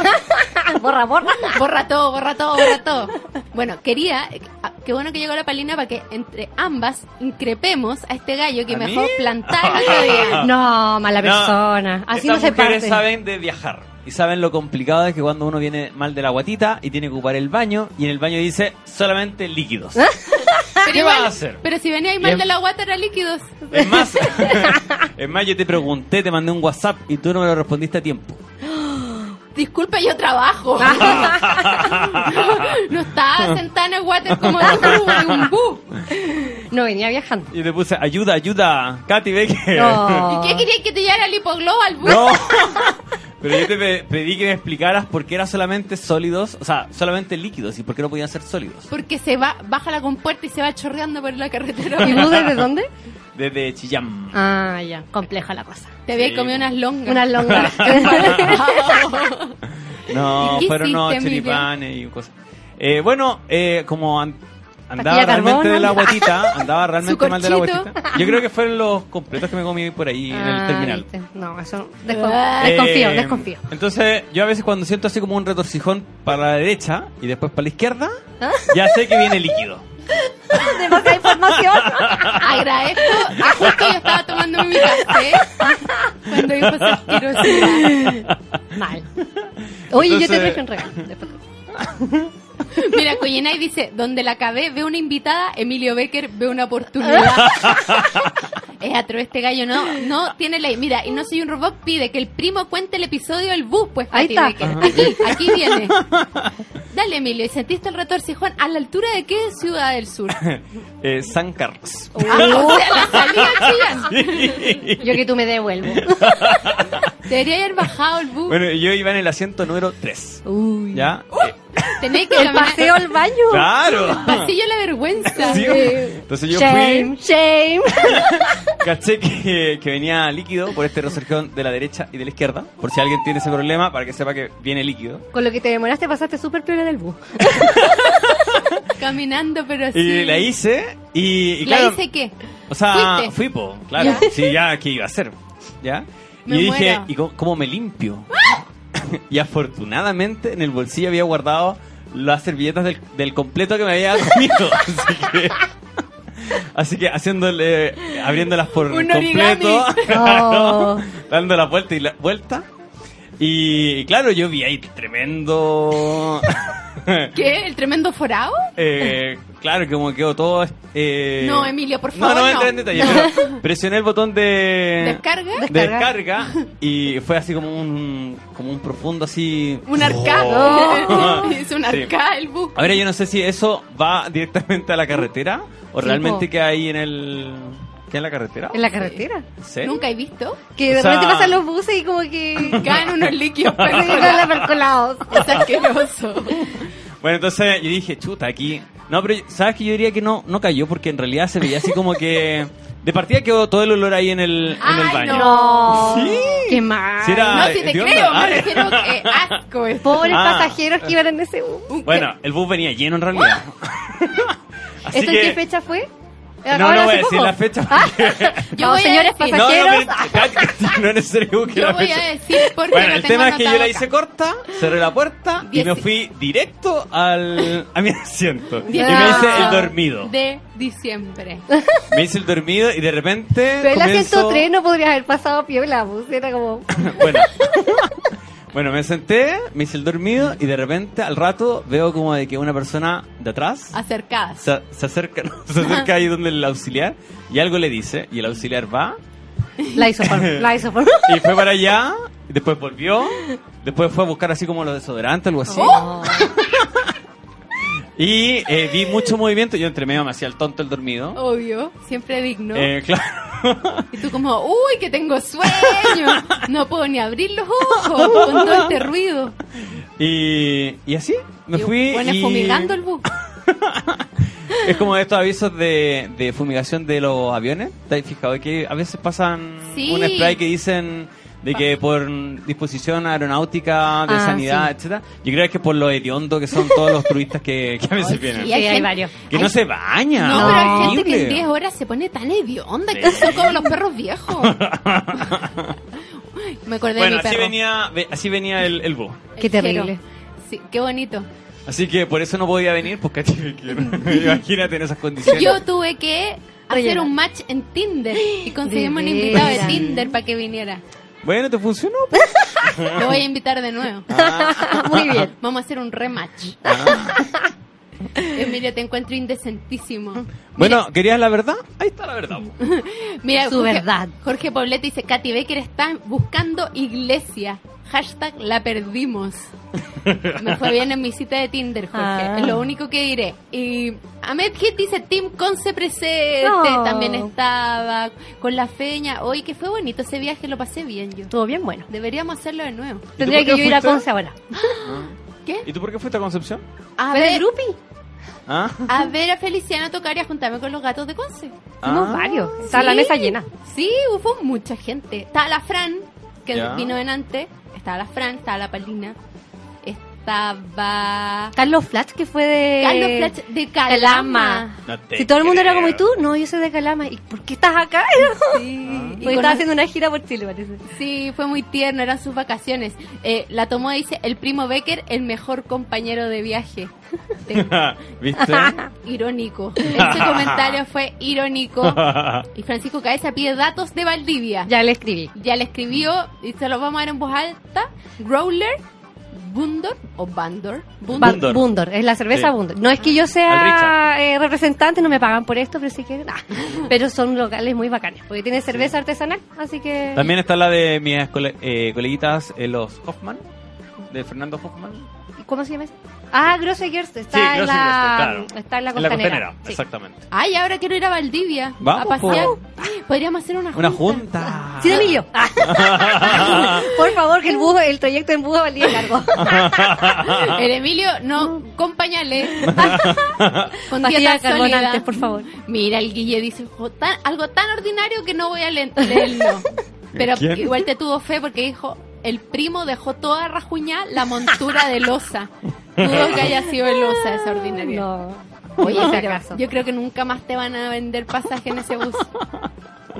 S5: borra, borra.
S1: Borra todo, borra todo, borra todo. Bueno, quería, ah, qué bueno que llegó la palina para que entre ambas increpemos a este gallo que
S2: ¿A
S1: me
S2: mí?
S1: dejó plantar el otro día.
S5: No, mala
S2: Ah. No.
S5: persona. Así no
S2: Estas
S5: se
S2: mujeres
S5: parte.
S2: saben de viajar y saben lo complicado es que cuando uno viene mal de la guatita y tiene que ocupar el baño y en el baño dice solamente líquidos. ¿Qué vas a hacer?
S1: Pero si venía ahí mal
S2: Bien.
S1: de la guata era líquidos.
S2: Es más, es más, yo te pregunté, te mandé un WhatsApp y tú no me lo respondiste a tiempo.
S1: Disculpa, yo trabajo. no estaba sentada en el water como un un bu.
S5: No, venía viajando.
S2: Y te puse, ayuda, ayuda, Katy Becker.
S5: No.
S1: ¿Y qué querías que te llevara el hipoglobal, bu?
S2: No. Pero yo te pe- pedí que me explicaras por qué eran solamente sólidos, o sea, solamente líquidos y por qué no podían ser sólidos.
S1: Porque se va, baja la compuerta y se va chorreando por la carretera.
S5: ¿Y tú desde dónde?
S2: Desde Chillán.
S5: Ah, ya. Compleja la cosa.
S1: Te había
S2: Sí,
S1: comido
S2: bu.
S1: unas longas.
S5: Una longa.
S2: No,
S1: ¿Y qué
S2: fueron unos
S1: hiciste, Emilio?
S2: choripanes y cosas. Eh, bueno, eh, como an- andaba
S5: Pastilla
S2: realmente
S5: carbona.
S2: de la guatita, andaba realmente
S1: Su
S2: mal de la
S1: corchito.
S2: guatita. Yo creo que fueron los completos que me comí por ahí en el
S5: Ah,
S2: terminal.
S5: viste. No, eso. descon-
S1: Ah.
S5: Desconfío,
S2: Eh,
S5: desconfío.
S2: Entonces, yo a veces cuando siento así como un retorcijón para la derecha y después para la izquierda,
S5: Ah.
S2: ya sé que viene líquido.
S5: Demasiada información.
S1: Agradezco que justo yo estaba tomando mi café cuando dijo esa asquerosidad.
S5: Mal. Oye, yo
S2: Entonces-
S5: te traje un regalo. Después.
S1: Mira, Coyenay dice, donde la acabé, ve una invitada, Emilio Becker ve una oportunidad. es atro este gallo, no, no tiene ley. Mira, y no soy un robot, pide que el primo cuente el episodio del bus, pues
S5: Ahí
S1: Katy
S5: está.
S1: Becker. Aquí, aquí viene. Dale, Emilio, y sentiste el retorcijón, ¿a la altura de qué ciudad del sur?
S2: Eh, San Carlos.
S5: Uh.
S1: O sea, la salida de Chillán.
S5: Yo que tú me devuelvo.
S1: Debería haber bajado el bus.
S2: Bueno, yo iba en el asiento número 3.
S5: Uy.
S2: ¿Ya? Eh,
S1: Tenés que
S5: El
S1: caminar.
S5: paseo al baño.
S2: ¡Claro!
S1: Pasillo de la vergüenza.
S2: Sí, Entonces yo fui,
S5: Shame, shame.
S2: caché que, que venía líquido por este retorcijón de la derecha y de la izquierda. Por si alguien tiene ese problema, para que sepa que viene líquido.
S5: Con lo que te demoraste pasaste súper peor en el bus.
S1: Caminando, pero así.
S2: Y la hice, y, y
S1: ¿La
S2: claro,
S1: hice qué?
S2: O sea,
S1: ¿Fuiste?
S2: fui po, claro. Sí, ya, ¿qué iba a hacer? ¿Ya?
S1: Me
S2: y dije,
S1: muero.
S2: ¿y co- cómo, me limpio? y afortunadamente en el bolsillo había guardado las servilletas del, del completo que me había comido. así que. Así que haciéndole, abriéndolas por
S1: Un
S2: completo,
S1: origami.
S2: claro, dando la vuelta y la vuelta. Y, claro, yo vi ahí tremendo
S1: ¿Qué? ¿El tremendo forado?
S2: Eh, claro, como quedó todo. eh,
S1: No, Emilio, por
S2: No,
S1: favor,
S2: no voy a
S1: no.
S2: entrar en detalle. pero presioné el botón de.
S1: ¿Descarga?
S2: Descarga. Y fue así como un, como un profundo así.
S1: Un arca.
S2: Oh.
S1: es un
S2: Sí.
S1: arca el bus.
S2: Ahora yo no sé si eso va directamente a la carretera o
S5: Sí,
S2: realmente
S5: po.
S2: queda ahí en el. ¿Queda en la carretera?
S5: En la carretera.
S2: ¿Sí?
S1: ¿Nunca he visto?
S5: Que
S2: O
S5: de
S2: sea-
S5: repente pasan los buses y como que.
S1: Caen unos líquidos, pero
S5: Pero llegan la percolados.
S1: es asqueroso.
S2: Bueno, entonces yo dije, chuta, aquí. No, pero sabes que yo diría que no, no cayó porque en realidad se veía así como que. De partida quedó todo el olor ahí en el, en el
S1: Ay,
S2: baño.
S5: No.
S2: Sí.
S5: Qué mal.
S2: Sí era-
S1: No, si te
S2: ¿de onda?
S1: creo,
S2: Ah.
S1: me refiero que asco. es-
S5: Pobres
S2: Ah.
S5: pasajeros que iban en ese bus.
S1: un-
S2: Bueno, el bus venía lleno en realidad. Así
S5: ¿Esto
S2: que-
S5: en qué fecha fue?
S2: No, no voy a
S5: hace
S2: decir
S5: poco?
S2: la fecha.
S5: Ah,
S2: porque-
S1: Yo
S5: No,
S1: voy a
S5: señores
S1: decir-
S2: No, no,
S5: pasajeros.
S2: pero- Katy, no es necesario que
S1: Yo
S2: la
S1: voy
S2: fecha.
S1: a decir porque
S2: Bueno,
S1: lo
S2: el
S1: tengo
S2: tema es que yo
S1: anotado
S2: la
S1: acá.
S2: hice corta, cerré la puerta y me
S1: Dieci-
S2: fui directo al, a mi asiento. Y me hice el
S1: 18
S2: dormido.
S1: Ah. De diciembre.
S2: Me hice el dormido y de repente.
S5: Pero el
S2: comienzo-
S5: asiento 3 no podría haber pasado piola, bus. Era como.
S2: bueno. Bueno, me senté, me hice el dormido y de repente al rato veo como de que una persona de atrás
S1: Ah. Acercadas.
S2: se, se acerca, no, se acerca ahí donde el auxiliar y algo le dice y el auxiliar va
S5: La hizo por. La hizo por.
S2: y fue para allá, y después volvió, después fue a buscar así como los desodorantes, algo así.
S1: Oh.
S2: Y eh, vi mucho movimiento, yo entre medio me hacía el tonto el
S1: Oh,
S2: dormido.
S1: Obvio, siempre digno.
S2: Eh, claro.
S1: Y tú como, uy, que tengo sueño. No puedo ni abrir los ojos con todo este ruido.
S2: y, y así me
S1: Y
S2: fui.
S1: bueno,
S2: y-
S1: fumigando el bus.
S2: Es como estos avisos de, de fumigación de los aviones. ¿Te has fijado que a veces pasan
S1: Sí.
S2: un spray que dicen de que por disposición aeronáutica, de
S5: Ah,
S2: sanidad,
S5: sí.
S2: etcétera? Yo creo que es por lo hediondo que son todos los turistas que, que a veces
S1: Ay,
S2: vienen.
S1: sí, hay gente-
S5: varios.
S2: Que no se baña.
S1: No, pero hay gente
S2: Horrible.
S1: que en 10 horas se pone tan hedionda que
S2: Sí.
S1: son como los perros viejos. Me acordé de mi
S2: Bueno,
S1: perro.
S2: así venía, ve- así venía el, el bus.
S1: El
S5: Qué terrible.
S1: Jero. Sí, qué bonito.
S2: Así que por eso no podía venir, porque imagínate en esas condiciones.
S1: Yo tuve que hacer
S5: Rellenar.
S1: un match en Tinder y conseguimos un
S5: De
S1: invitado de
S5: veras.
S1: Tinder para que viniera.
S2: Bueno, ¿te funcionó? pues?
S1: Lo voy a invitar de nuevo.
S5: Muy bien.
S1: Vamos a hacer un rematch.
S2: Ah.
S1: Emilio, te encuentro indecentísimo.
S2: Bueno, ¿querías la verdad? Ahí está la verdad. po.
S1: Mira,
S5: Su
S1: Jorge,
S5: verdad.
S1: Jorge Poblete dice, Katy Becker está buscando iglesia. Hashtag la perdimos. Me fue bien en mi cita de Tinder, Jorge.
S5: Ah.
S1: Es lo único que diré. Y Ahmed Hit dice, Tim Conce presente.
S5: No.
S1: También estaba con la feña. Hoy que fue bonito ese viaje, lo pasé bien yo.
S5: Estuvo bien bueno.
S1: Deberíamos hacerlo de nuevo.
S5: Tendría
S2: por
S5: que
S2: qué
S5: yo ir a
S2: fuiste?
S5: Conce ahora.
S1: ¿Qué?
S2: ¿Y tú por qué fuiste a Concepción?
S1: A
S5: ¿Pero el
S1: ver,
S5: grupi?
S2: ¿Ah?
S1: a ver a Feliciano tocar y a juntarme con los gatos de Conce.
S2: Ah.
S5: Somos varios. Está la
S1: Sí.
S5: mesa llena.
S1: Sí, hubo mucha gente. Estaba la Fran, que
S2: Ya.
S1: vino en antes. Estaba la Fran, estaba la Palina. Estaba.
S5: Carlos Flach, que fue de.
S1: Carlos Plach de Calama.
S5: Calama.
S2: No te
S5: Si todo el mundo era
S2: creo.
S5: como, ¿y tú? No, yo soy de Calama. ¿Y por qué estás acá?
S1: Sí, y
S5: Porque
S1: cono-
S5: estaba haciendo una gira por Chile, parece.
S1: sí, fue muy tierno, eran sus vacaciones. Eh, la tomó, dice, el primo Becker, el mejor compañero de viaje. Te-
S2: ¿Viste?
S1: irónico. Este comentario fue irónico. Y Francisco Cabeza pide datos de Valdivia.
S5: Ya le escribí.
S1: ya le escribió y se los vamos a ver en voz alta. Growler, Bundor o Bandor. Bundor.
S2: Bundor.
S5: Bundor. es la cerveza
S2: Sí.
S5: Bundor. No es que yo
S2: Al
S5: sea
S2: Richard.
S5: eh, representante, no me pagan por esto, pero sí que. nah. Pero son locales muy bacanes, porque tiene cerveza artesanal, así que.
S2: También está la de mis cole- eh, coleguitas, eh, los Hoffman, de Fernando Hoffman.
S5: ¿Cómo se llama eso? Ah, Grosegers está,
S2: Sí,
S5: en
S2: Grosse Gerste,
S5: la,
S2: claro.
S5: está en la
S2: En la
S5: costanera.
S2: costanera,
S5: Sí.
S2: exactamente.
S1: Ay, ahora quiero ir a Valdivia.
S2: Vamos,
S1: a pasear.
S2: po.
S1: Podríamos hacer una junta.
S2: Una junta.
S5: Sí, Emilio.
S2: Ah.
S5: Por favor, que el, bus, el trayecto en bus valía largo.
S1: El Emilio, no, compañale. Con
S5: Pastilla
S1: dieta
S5: de carbonantes, por favor.
S1: Mira, el Guille dice "Jo, tan- algo tan ordinario que no voy a le- leerlo. Pero
S2: ¿Quién?
S1: igual te tuvo fe porque dijo, el primo dejó toda rajuñá la montura de losa. Dudo que haya sido el losa esa ordinaria.
S5: No.
S1: Oye,
S5: Oye, si
S1: pero
S5: acaso.
S1: yo creo que nunca más te van a vender pasaje en ese bus.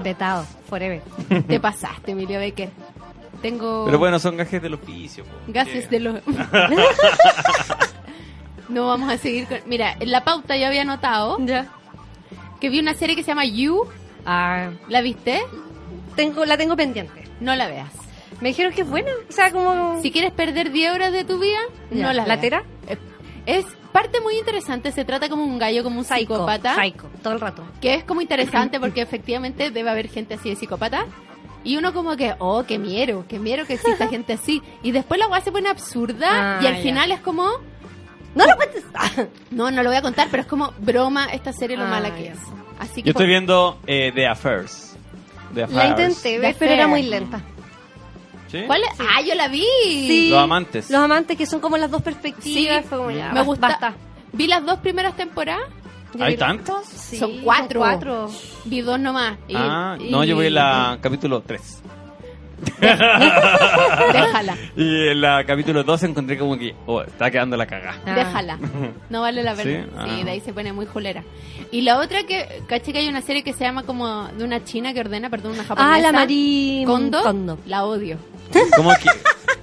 S5: Vetado, forever.
S1: Te pasaste, Emilio Becker. Tengo
S2: Pero bueno, son gajes del oficio. po.
S1: gases
S2: Sí.
S1: de los... no vamos a seguir con... Mira, en la pauta yo había notado
S5: Ya.
S1: que vi una serie que se llama You.
S5: Ah,
S1: ¿La viste?
S5: tengo, la tengo pendiente.
S1: No la veas.
S5: Me dijeron que es buena. O sea, como.
S1: Si quieres perder 10 horas de tu vida,
S5: Ya.
S1: no la veas.
S5: ¿Latera?
S1: Eh, Es parte muy interesante, se trata como un gallo, como un
S5: Psycho,
S1: psicópata.
S5: psycho, todo el rato.
S1: que es como interesante porque efectivamente debe haber gente así de psicópata. Y uno como que, oh, qué miedo, qué miedo que exista gente así. Y después la weá se pone absurda
S5: Ah,
S1: y al
S5: ya.
S1: final es como,
S5: No lo cuentes.
S1: no, no lo voy a contar, pero es como broma esta serie lo
S5: Ah,
S1: mala que
S5: ya.
S1: es. Así que
S2: Yo estoy viendo eh, The Affairs. The Affairs.
S5: La intenté ver,
S1: Affairs.
S5: pero era muy lenta.
S2: ¿Sí?
S1: ¿Cuál es? Ah, yo la vi.
S5: Sí.
S2: Los amantes.
S5: Los amantes que son como las dos
S1: Sí,
S5: perspectivas. fue como, ya,
S1: me
S5: bas-
S1: gusta.
S5: Basta.
S1: Vi las dos primeras temporadas,
S5: Yo
S2: ¿Hay
S5: vi la-
S2: tantos?
S5: Sí,
S1: Son cuatro.
S5: cuatro.
S1: vi dos nomás. y-
S2: ah,
S1: y-
S2: no, yo voy en la capítulo 3.
S1: Déjala,
S2: Y en la capítulo 2 encontré como que, oh, está quedando la cagada.
S5: Ah.
S1: déjala. No vale la pena.
S2: ¿Sí?
S1: ¿Sí?
S2: Ah.
S1: de ahí se pone muy julera. Y la otra que, caché que hay una serie que se llama como de una china que ordena, perdón, una japonesa.
S5: Ah, la Marie
S1: Kondo,
S5: Kondo.
S1: La odio.
S2: ¿Cómo que,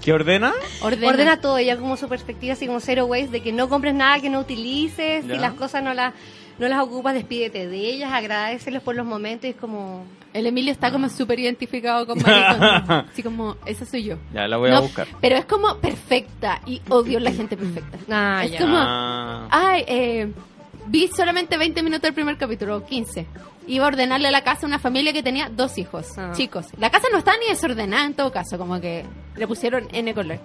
S2: que ordena?
S1: Ordena.
S5: Ordena todo, ella como su perspectiva, así como zero waste, de que no compres nada que no utilices,
S2: Ya.
S5: si las cosas no las no las ocupas, despídete de ellas, agradeceles por los momentos, y es como...
S1: El Emilio está como súper identificado con Marie Kondo. Así como, esa soy yo.
S2: Ya la voy a
S1: No,
S2: buscar.
S1: Pero es como perfecta y odio la gente perfecta.
S5: Ah,
S1: es
S5: ya.
S1: como,
S2: Ah.
S1: ay, eh, vi solamente 20 minutos del primer capítulo, o 15. Iba a ordenarle la casa a una familia que tenía dos hijos,
S5: Ah.
S1: chicos. La casa no está ni desordenada en todo caso, como que le pusieron N color.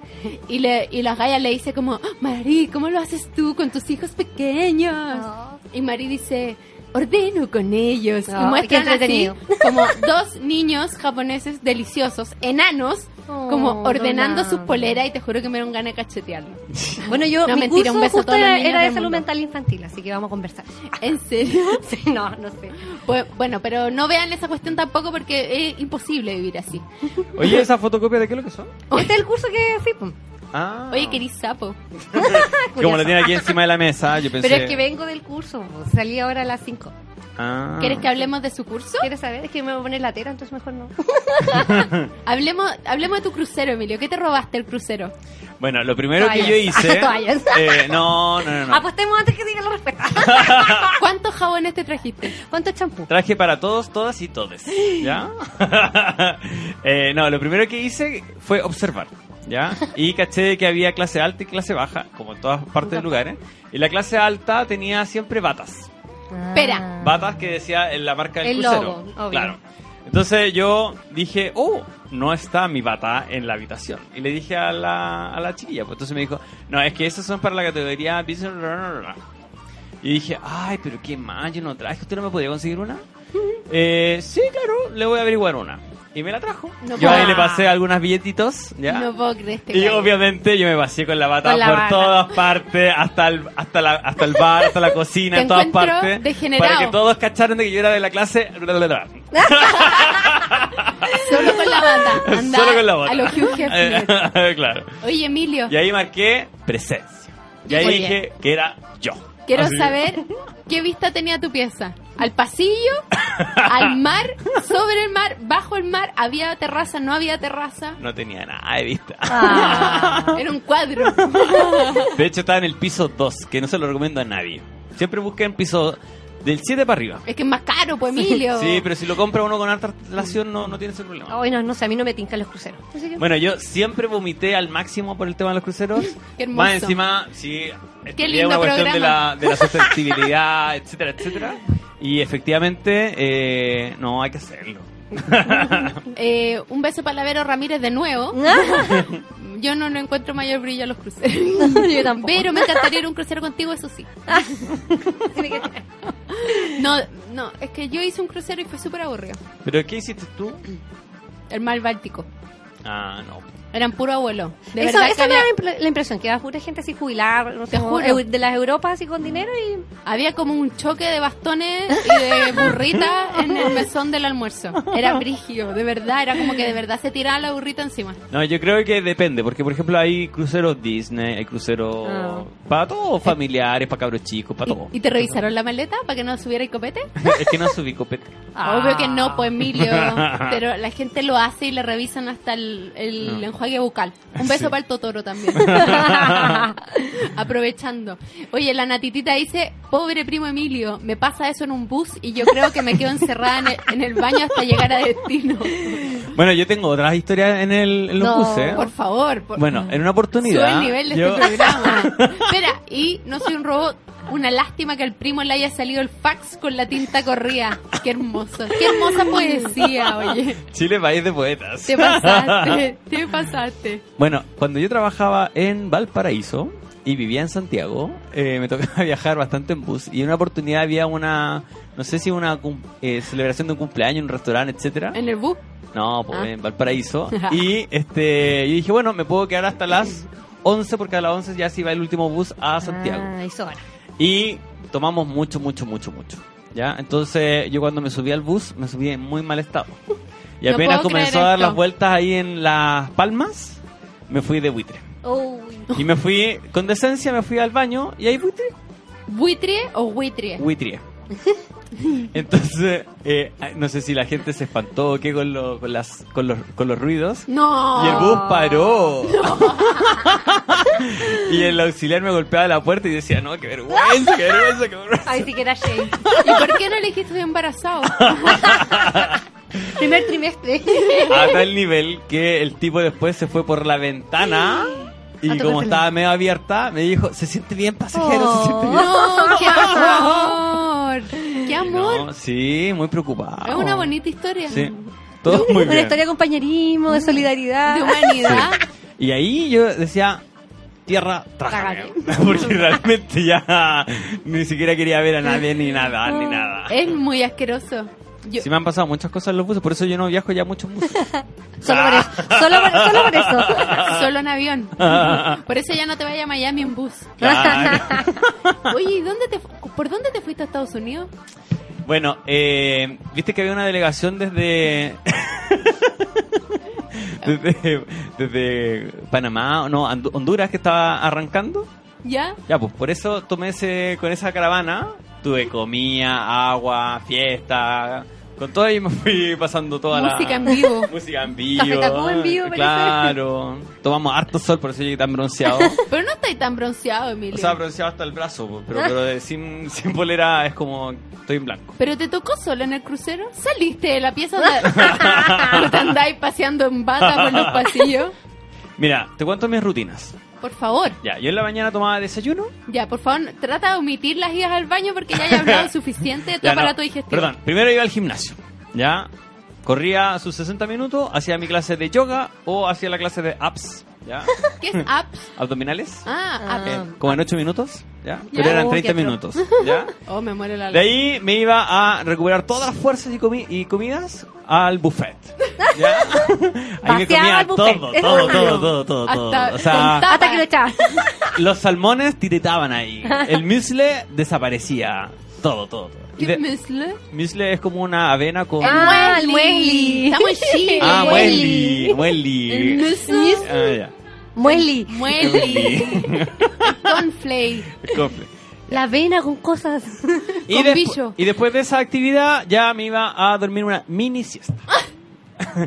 S1: Y, le, y la galla le dice como, "Ah, Mari, ¿cómo lo haces tú con tus hijos pequeños?
S5: Ah.
S1: Y Mari dice, ordeno con ellos.
S5: Ah,
S1: y muestran
S5: qué
S1: así
S5: entretenido.
S1: como dos niños japoneses deliciosos, enanos,
S5: Oh,
S1: como ordenando
S5: Donald.
S1: sus poleras y te juro que me dieron ganas de cachetearlo.
S5: Bueno, yo,
S1: No,
S5: mi
S1: mentira, un
S5: curso
S1: beso a
S5: justo
S1: todos los
S5: era,
S1: niños
S5: era de
S1: del
S5: salud
S1: mundo.
S5: mental infantil, así que vamos a conversar.
S1: ¿En serio?
S5: Sí, no, no sé.
S1: Pues, bueno, pero no vean esa cuestión tampoco porque es imposible vivir así.
S2: Oye, ¿esa fotocopia de qué es lo que son?
S5: Este es el curso que fui, Ah, pum.
S2: Ah.
S1: Oye, querís sapo.
S2: Como la tiene aquí encima de la mesa, yo pensé.
S5: Pero es que vengo del curso, pues. salí ahora a las 5.
S2: Ah.
S1: ¿Quieres que hablemos de su curso?
S5: ¿Quieres saber? Es que me voy a poner la tela, entonces mejor no.
S1: Hablemos, hablemos de tu crucero, Emilio. ¿Qué te robaste el crucero?
S2: Bueno, lo primero que yo
S5: Toallas.
S2: hice.
S5: Toallas. Ah,
S2: eh, no, no, no. no.
S5: Apostemos antes que diga la respuesta. Ah.
S1: ¿Cuántos jabones te trajiste?
S5: ¿Cuánto champú?
S2: Traje para todos, todas y todes. ¿Ya? Eh, no, lo primero que hice fue observar. ¿Ya? Y caché que había clase alta y clase baja, como en todas partes del lugar. ¿eh? Y la clase alta tenía siempre batas.
S5: Ah.
S1: Espera.
S2: Batas que decía en la marca del
S5: El
S2: crucero.
S5: logo, obvio.
S2: Claro. Entonces yo dije, oh, no está mi bata en la habitación. Y le dije a la, a la chiquilla, pues entonces me dijo, no, es que esas son para la categoría business, bla, bla, bla, bla". Y dije, ay, pero qué mal, yo no traje, ¿usted no me podía conseguir una? Eh, sí, claro, le voy a averiguar una. Y me la trajo.
S1: No
S2: yo
S1: puedo-
S2: ahí le pasé algunos billetitos, ¿ya?
S1: No puedo creer este
S2: Y
S1: gallo.
S2: obviamente yo me vacié con la bata
S5: Con la
S2: por
S5: bata.
S2: todas partes, hasta el, hasta, la, hasta el bar, hasta la cocina,
S1: Te
S2: en todas
S1: encuentro
S2: partes.
S1: degenerado.
S2: Para que todos cacharan de que yo era de la clase. bla, bla, bla.
S1: Solo con la bata. Andá
S2: Solo con la bata. Eh,
S1: A los Hugh Hefner.
S2: claro.
S1: Oye, Emilio,
S2: Y ahí marqué presencia. Y ahí
S1: Muy
S2: dije que era yo.
S1: quiero
S2: Así que-
S1: saber qué vista tenía tu pieza. ¿Al pasillo? ¿Al mar? ¿Sobre el mar? ¿Bajo el mar? ¿Había terraza? ¿No había terraza?
S2: No tenía nada de vista.
S1: Ah.
S5: Ah.
S2: Ah.
S1: Era un cuadro.
S2: De hecho, estaba en el piso 2, que no se lo recomiendo a nadie. Siempre busquen piso del 7 para arriba.
S1: Es que es más caro, pues, Emilio.
S2: Sí, pero si lo compra uno con alta relación, no, no tiene ese problema.
S5: Ay, no, no sé, a mí no me tincan los cruceros. Así que-
S2: Bueno, yo siempre vomité al máximo por el tema de los cruceros.
S1: Qué hermoso.
S2: Más encima, sí, estudié
S1: lindo
S2: una cuestión
S1: programa.
S2: de la, de la susceptibilidad, etcétera, etcétera. Y efectivamente, eh, no, hay que hacerlo.
S1: Eh, un beso para Vero Ramírez de nuevo. Yo no, no encuentro mayor brillo a los cruceros.
S5: Yo tampoco.
S1: Pero me encantaría ir a un crucero contigo, eso sí.
S2: Ah.
S1: No, no, es que yo hice un crucero y fue súper aburrido.
S2: ¿Pero qué hiciste tú?
S1: El mar Báltico.
S2: Ah, no.
S1: Eran puro abuelo. De
S5: eso
S1: verdad
S5: eso
S1: que
S5: me
S1: había,
S5: da la impre- la impresión, que va pura gente así jubilada, no sé,
S1: Te
S5: como
S1: juro.
S5: eu- de las Europas así con dinero y...
S1: había como un choque de bastones y de burritas en el mesón del almuerzo. Era brigio, de verdad. Era como que de verdad se tiraba la burrita encima.
S2: No, yo creo que depende, porque por ejemplo hay cruceros Disney, hay cruceros
S5: Ah.
S2: para todos, familiares, para cabros chicos, para todo.
S1: ¿Y, y te revisaron la maleta para que no subiera el copete?
S2: es que no subí copete.
S1: Obvio que no, pues Emilio. Pero la gente lo hace y le revisan hasta el, el
S2: No.
S1: enjuague bucal. Un beso para el Totoro también. Aprovechando. Oye, la natitita dice, pobre primo Emilio, me pasa eso en un bus y yo creo que me quedo encerrada en el, en el baño hasta llegar a destino.
S2: Bueno, yo tengo otras historias en el en los buses. ¿eh?
S1: Por favor. por-
S2: Bueno, en una oportunidad.
S1: Sube el nivel de
S2: yo-
S1: este programa. Espera, y no soy un robot. Una lástima que al primo le haya salido el fax con la tinta corría. Qué hermoso. Qué hermosa poesía, oye.
S2: Chile, país de poetas.
S1: Te pasaste, te pasaste.
S2: Bueno, cuando yo trabajaba en Valparaíso y vivía en Santiago, eh, me tocaba viajar bastante en bus y en una oportunidad había una, no sé si una cum- eh, celebración de un cumpleaños, un restaurante, etcétera.
S1: En el bus.
S2: No, pues
S1: Ah.
S2: en Valparaíso. Y este, yo dije, bueno, me puedo quedar hasta las 11 porque a las 11 ya se iba el último bus a Santiago.
S5: Ah, hizo ahora.
S2: Y tomamos mucho, mucho, mucho, mucho. ¿Ya? Entonces, yo cuando me subí al bus, me subí en muy mal estado. Y
S1: No
S2: apenas
S1: puedo
S2: comenzó
S1: creer
S2: a dar
S1: esto.
S2: las vueltas ahí en Las Palmas, me fui de buitre.
S5: Uy.
S2: Y me fui, con decencia, me fui al baño y ahí buitre.
S1: ¿Buitrie o buitrie?
S2: Buitrie. Entonces, eh, no sé si la gente se espantó o qué con, lo- con, las, con, los, con los ruidos.
S1: No.
S2: Y el bus paró. y el auxiliar me golpeaba la puerta y decía, no, qué vergüenza, qué vergüenza, qué vergüenza.
S5: Ay, si que era Shane.
S1: ¿Y por qué no le dijiste estoy embarazado?
S5: Primer trimestre.
S2: A tal nivel que el tipo después se fue por la ventana
S1: Ah,
S2: y
S5: tocárselo.
S2: como estaba medio abierta, me dijo, se siente bien pasajero, se siente bien.
S1: No, qué amor. Qué amor.
S2: No, sí, muy preocupado.
S1: Es una bonita historia.
S2: Sí, todo muy
S5: Una
S2: bien.
S5: historia de compañerismo, de
S1: De
S5: solidaridad.
S1: humanidad.
S2: Y ahí yo decía, tierra, trágame. Porque realmente ya ni siquiera quería ver a nadie ni nada, Ah, ni nada.
S1: Es muy asqueroso. Oh. Eh, Yo-
S2: Sí me han pasado muchas cosas en los buses, por eso yo no viajo ya mucho en buses. Ah.
S5: Solo por eso. Solo por, solo por eso.
S1: Solo en avión. Por eso ya no te vayas a Miami en bus.
S2: Claro.
S1: Oye, ¿y dónde te, fu- ¿por dónde te fuiste a Estados Unidos?
S2: Bueno, eh, viste que había una delegación desde... desde, desde Panamá, no, Hond- Honduras que estaba arrancando.
S1: ¿Ya?
S2: Ya, pues por eso tomé ese, con esa caravana, tuve comida, agua, fiesta, con todo y me fui pasando toda
S1: Música
S2: la...
S1: en vivo.
S2: Música en vivo.
S5: Café Tacuba en vivo, parece.
S2: Claro. Tomamos harto sol, por eso llegué tan bronceado.
S1: Pero no estáis tan bronceado, Emilio.
S2: O sea, bronceado hasta el brazo, po, pero, pero de- sin, sin polera es como estoy en blanco.
S1: ¿Pero te tocó solo en el crucero? ¿Saliste de la pieza de... ¿O te andáis paseando en bata por los pasillos?
S2: Mira, te cuento mis rutinas.
S1: Por favor.
S2: Ya, yo en la mañana tomaba desayuno.
S1: Ya, por favor, trata de omitir las idas al baño porque ya he hablado suficiente de tu
S2: Ya, no,
S1: aparato digestivo.
S2: Perdón, primero iba al gimnasio. Ya, corría sus 60 minutos, hacía mi clase de yoga o hacía la clase de abs, ya,
S1: ¿Qué es apps?
S2: abdominales,
S1: Ah, apps.
S2: eh, como en 8 minutos, ya,
S1: Ya.
S2: pero eran
S1: Oh,
S2: 30
S1: qué pro.
S2: minutos, ya.
S1: Oh, me muere la
S2: De ahí me iba a recuperar todas las fuerzas y, comi- y comidas al buffet. ¿ya? Ahí me
S5: Vaciaba
S2: comía
S5: el
S2: todo,
S5: buffet.
S2: todo, todo, todo, todo, todo.
S1: Hasta
S2: O sea,
S1: con
S5: Hasta que lo echabas.
S2: los salmones tiretaban ahí. El muesli desaparecía. Todo, todo, todo. Y
S1: ¿Qué
S2: de-
S1: mezcla?
S2: muesli es como una avena con...
S5: Ah, el muesli.
S1: Estamos en Chile.
S2: Ah, muesli,
S1: El
S2: muesli.
S1: muesli.
S2: Ah, ya.
S5: Muesli.
S1: Muesli. Conflay.
S2: El confle.
S5: La avena con cosas.
S2: Y,
S1: Con
S2: despu-
S1: pillo.
S2: y después de esa actividad ya me iba a dormir una mini siesta.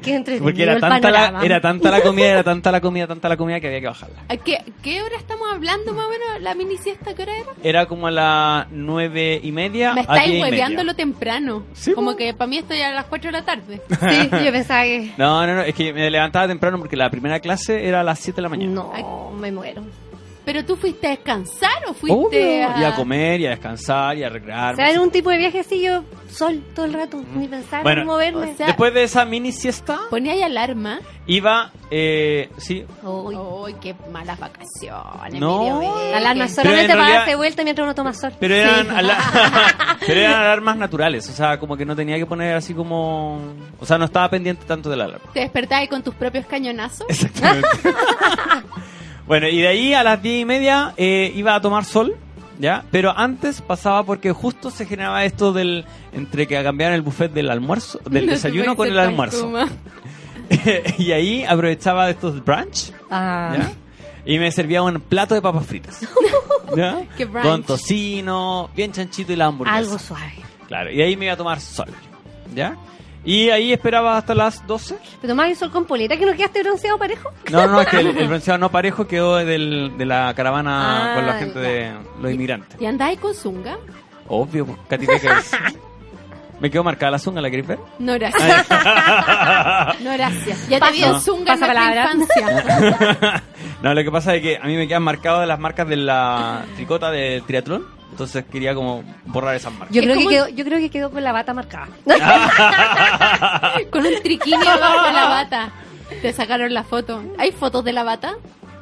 S5: Qué entretenido
S2: Porque era
S5: el
S2: tanta,
S5: panorama.
S2: la, era tanta la comida, era tanta la comida, tanta la comida que había que bajarla.
S1: ¿A qué, qué hora estamos hablando más o menos? ¿La mini siesta qué hora era?
S2: Era como a las nueve y media.
S1: Me
S2: a diez
S1: estáis
S2: y Ah, media.
S1: hueveando lo temprano.
S2: Sí,
S1: Como
S2: po.
S1: que para mí estoy a las 4 de la tarde.
S5: Sí, yo pensaba que...
S2: No, no, no, es que me levantaba temprano porque la primera clase era a las 7 de la mañana.
S5: No, me muero.
S1: ¿Pero tú fuiste a descansar o
S2: Obvio,
S1: fuiste a...
S2: Oh, Y a comer, y a descansar, y a recrear. pues.
S5: O sea, era un tipo de viaje así, yo sol todo el rato, ni pensar,
S2: Bueno,
S5: ni moverme.
S1: o sea-
S2: Después de esa mini siesta,
S1: ¿Ponía ahí alarma?
S2: iba, eh, sí,
S5: Uy.
S1: ¡Ay, qué malas vacaciones!
S2: No.
S1: Emilio Vélez.
S5: La alarma
S1: Qué-
S5: solamente
S2: en
S5: para
S2: realidad-
S5: darse vuelta mientras uno toma sol. pues,
S2: pero eran, ala- pero eran alarmas naturales, o sea, como que no tenía que poner así como... O sea, no estaba pendiente tanto de la alarma.
S1: ¿Te despertabas ahí con tus propios cañonazos?
S2: Eh. Exactamente. bueno, y de ahí a las diez y media eh, iba a tomar sol, ¿ya? Pero antes pasaba porque justo se generaba esto del... Entre que cambiaran el buffet del almuerzo, del
S1: No
S2: desayuno
S1: tuviste
S2: con el
S1: tan
S2: almuerzo.
S1: coma.
S2: y ahí aprovechaba de estos brunch,
S5: Ah.
S2: ¿ya? Y me servía un plato de papas fritas. ¿ya?
S1: Qué brunch.
S2: Con tocino, bien chanchito y la hamburguesa.
S5: Algo suave.
S2: Claro, y de ahí me iba a tomar sol, ¿ya? Y ahí esperaba hasta las 12.
S5: ¿Pero tomás el sol con poleta que no quedaste bronceado parejo?
S2: No, no, es que el, el bronceado no parejo quedó del, de la caravana
S5: Ah,
S2: con la gente
S5: ya.
S2: de los inmigrantes.
S1: ¿Y andabas ahí con zunga?
S2: Obvio, pues, Katy Beckers. Me quedó marcada la zunga, ¿la querés ver?
S1: No, gracias.
S2: Ah,
S1: No, gracias. Ya
S5: Paso.
S1: te vi en Zunga en
S5: Pasa
S1: nuestra
S5: palabra.
S1: infancia.
S2: ya. no, lo que pasa es que a mí me quedan marcadas las marcas de la tricota del triatlón. Entonces quería como borrar esas marcas.
S5: Yo
S1: Es
S5: creo, que
S1: como-
S5: quedó, yo creo que quedó con la bata marcada.
S1: Con un triquini abajo de la bata. Te sacaron la foto. ¿Hay fotos de la bata?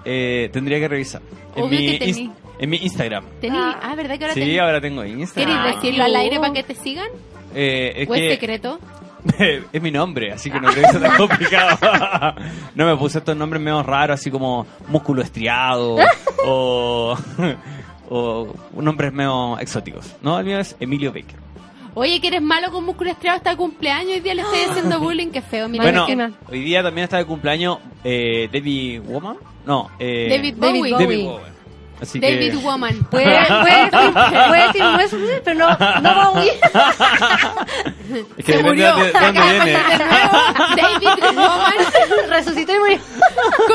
S2: Eh, tendría que revisar. En
S1: Obvio
S2: mi,
S1: que tení.
S2: inst- en mi Instagram.
S1: Tení... Ah, ¿verdad que ahora
S2: sí,
S1: tení?
S2: ahora tengo
S1: ¿Quieres
S2: Instagram.
S1: decirlo al aire para que te sigan?
S2: Eh, es
S1: ¿O es
S2: que-
S1: secreto?
S2: es mi nombre, así que no creo que sea tan complicado. no me puse estos nombres medio raros, así como músculo estriado o, o nombres medio exóticos. No, el mío es Emilio Baker.
S1: Oye, que eres malo con músculo estriado hasta cumpleaños. Hoy día le estoy haciendo bullying. Qué feo, mira.
S2: bueno,
S1: que-
S2: hoy día también está de cumpleaños eh, David Woman. No, eh,
S1: David Bowie.
S2: David Woman. Así
S1: David
S2: que-
S1: Woman.
S5: Puede, puede decir, puede decir, no es posible, pero no, no va a huir.
S2: Es que depende de, de dónde viene.
S1: De nuevo, David Woman.
S5: Resucitó y murió.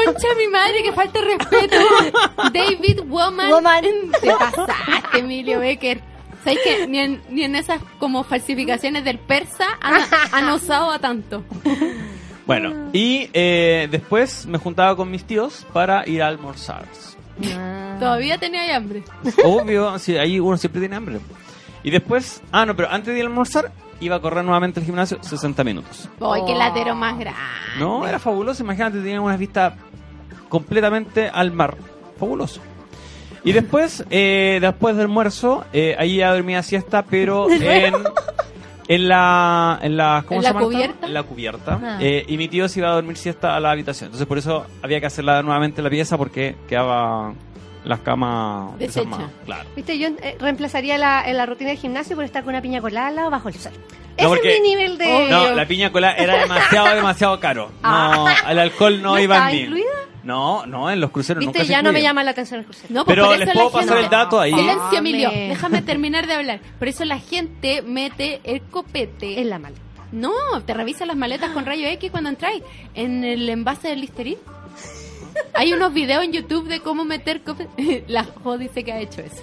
S1: Concha mi madre, que falta de respeto. David Woman.
S5: Woman.
S1: Te pasaste, Emilio Becker. ¿Sabes que ni en, ni en esas como falsificaciones del persa han, han osado a tanto?
S2: Bueno, y eh, después me juntaba con mis tíos para ir a almorzar.
S1: Todavía tenía hambre.
S2: Obvio, sí, ahí uno siempre tiene hambre. Y después, ah, no, pero antes de ir a almorzar, iba a correr nuevamente al gimnasio 60 minutos.
S1: Ay, qué latero más grande.
S2: No, era fabuloso, imagínate, tenía una vista completamente al mar. Fabuloso. Y después, eh, después del almuerzo, eh, ahí ya dormía siesta, pero en, en la, en la, ¿cómo
S1: ¿En
S2: se
S1: la
S2: llama esto?
S1: cubierta?
S2: En la cubierta.
S5: Ah.
S2: Eh, y mi tío se iba a dormir siesta a la habitación. Entonces por eso había que hacerla nuevamente la pieza porque quedaba las camas
S1: Deshecha.
S2: desarmadas. Claro.
S5: Viste, yo eh, reemplazaría la, la rutina del gimnasio por estar con una piña colada al lado bajo el sol. Ese
S2: porque-
S5: es mi nivel de...
S2: No, la piña colada era demasiado, demasiado caro. No, el alcohol no,
S5: ¿No
S2: iba
S5: estaba
S2: en mí.
S5: incluida?
S2: No, no, en los cruceros
S5: Viste,
S2: nunca se
S5: ya no me
S2: incluye.
S5: llama la atención el crucero.
S1: No, pues
S2: Pero
S1: por
S2: les
S1: eso
S2: puedo
S1: la
S2: pasar el
S1: gente-
S2: dato ahí.
S1: Silencio,
S5: Dame.
S1: Emilio. Déjame terminar de hablar. Por eso la gente mete el copete.
S5: Es la mala.
S1: No, te revisa las maletas con rayo X cuando entráis en el envase del Listerine. Hay unos videos en YouTube de cómo meter copete. La Jo dice que ha hecho eso.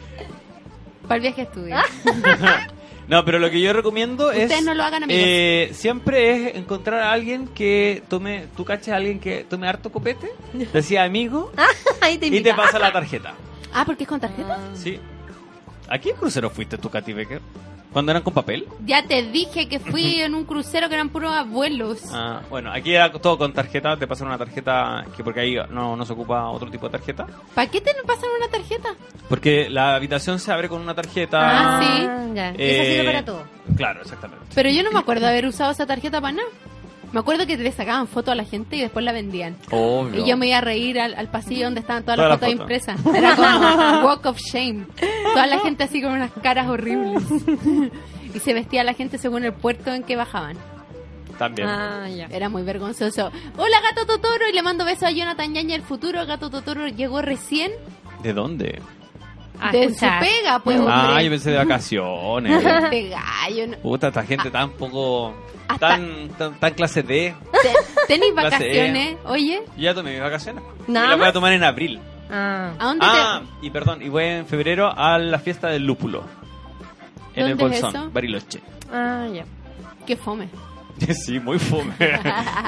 S1: Para el viaje a estudio.
S2: No, pero lo que yo recomiendo es.
S1: Ustedes no lo hagan, amigos.
S2: eh, siempre es encontrar a alguien que tome. Tú caches a alguien que tome harto copete, decía amigo,
S5: Ahí te
S2: y
S5: invito.
S2: te pasa la tarjeta.
S1: Ah, porque es con tarjeta.
S2: Sí. ¿A qué crucero fuiste tú, Katy Becker? ¿Cuando eran con papel?
S1: Ya te dije que fui en un crucero que eran puros abuelos.
S2: Ah, bueno, aquí era todo con tarjeta, te pasan una tarjeta que porque ahí no, no se ocupa otro tipo de tarjeta.
S1: ¿Para qué te pasan una tarjeta?
S2: Porque la habitación se abre con una tarjeta.
S1: Ah, sí.
S5: ya. Y
S2: Eh,
S5: Eso sirve para todo.
S2: Claro, exactamente.
S1: Pero yo no me acuerdo de haber usado esa tarjeta para nada. Me acuerdo que le sacaban foto a la gente y después la vendían.
S2: Obvio.
S1: Y yo me iba a reír al, al pasillo donde estaban todas las
S2: Todas
S1: fotos
S2: las
S1: impresas. Era como Walk of Shame. Toda la gente así con unas caras horribles. Y se vestía la gente según el puerto en que bajaban.
S2: También.
S5: Ah, ya.
S1: Era muy vergonzoso. Hola, gato Totoro. Y le mando besos a Jonathan Yaña, el futuro. Gato Totoro llegó recién
S2: ¿De dónde?
S5: Ah,
S1: de su
S5: escucha.
S1: pega, pues.
S2: Ah,
S1: hombre.
S2: yo pensé de vacaciones.
S1: De gallo, no.
S2: Puta, esta gente tan poco.
S1: Hasta-
S2: Tan, tan, tan clase D.
S1: Te- ¿Tenéis
S2: Clase
S1: vacaciones? Oye,
S2: Yo ya tomé mis vacaciones. Y
S5: ¿Nada
S2: las voy a
S5: más?
S2: tomar en abril.
S5: Ah.
S1: ¿a dónde
S2: Ah, y perdón, y voy en febrero a la fiesta del lúpulo. En el
S1: ¿Dónde es
S2: Bolsón,
S1: eso?
S2: Bariloche.
S5: Ah, ya.
S1: te.? Qué fome.
S2: Sí, muy fome.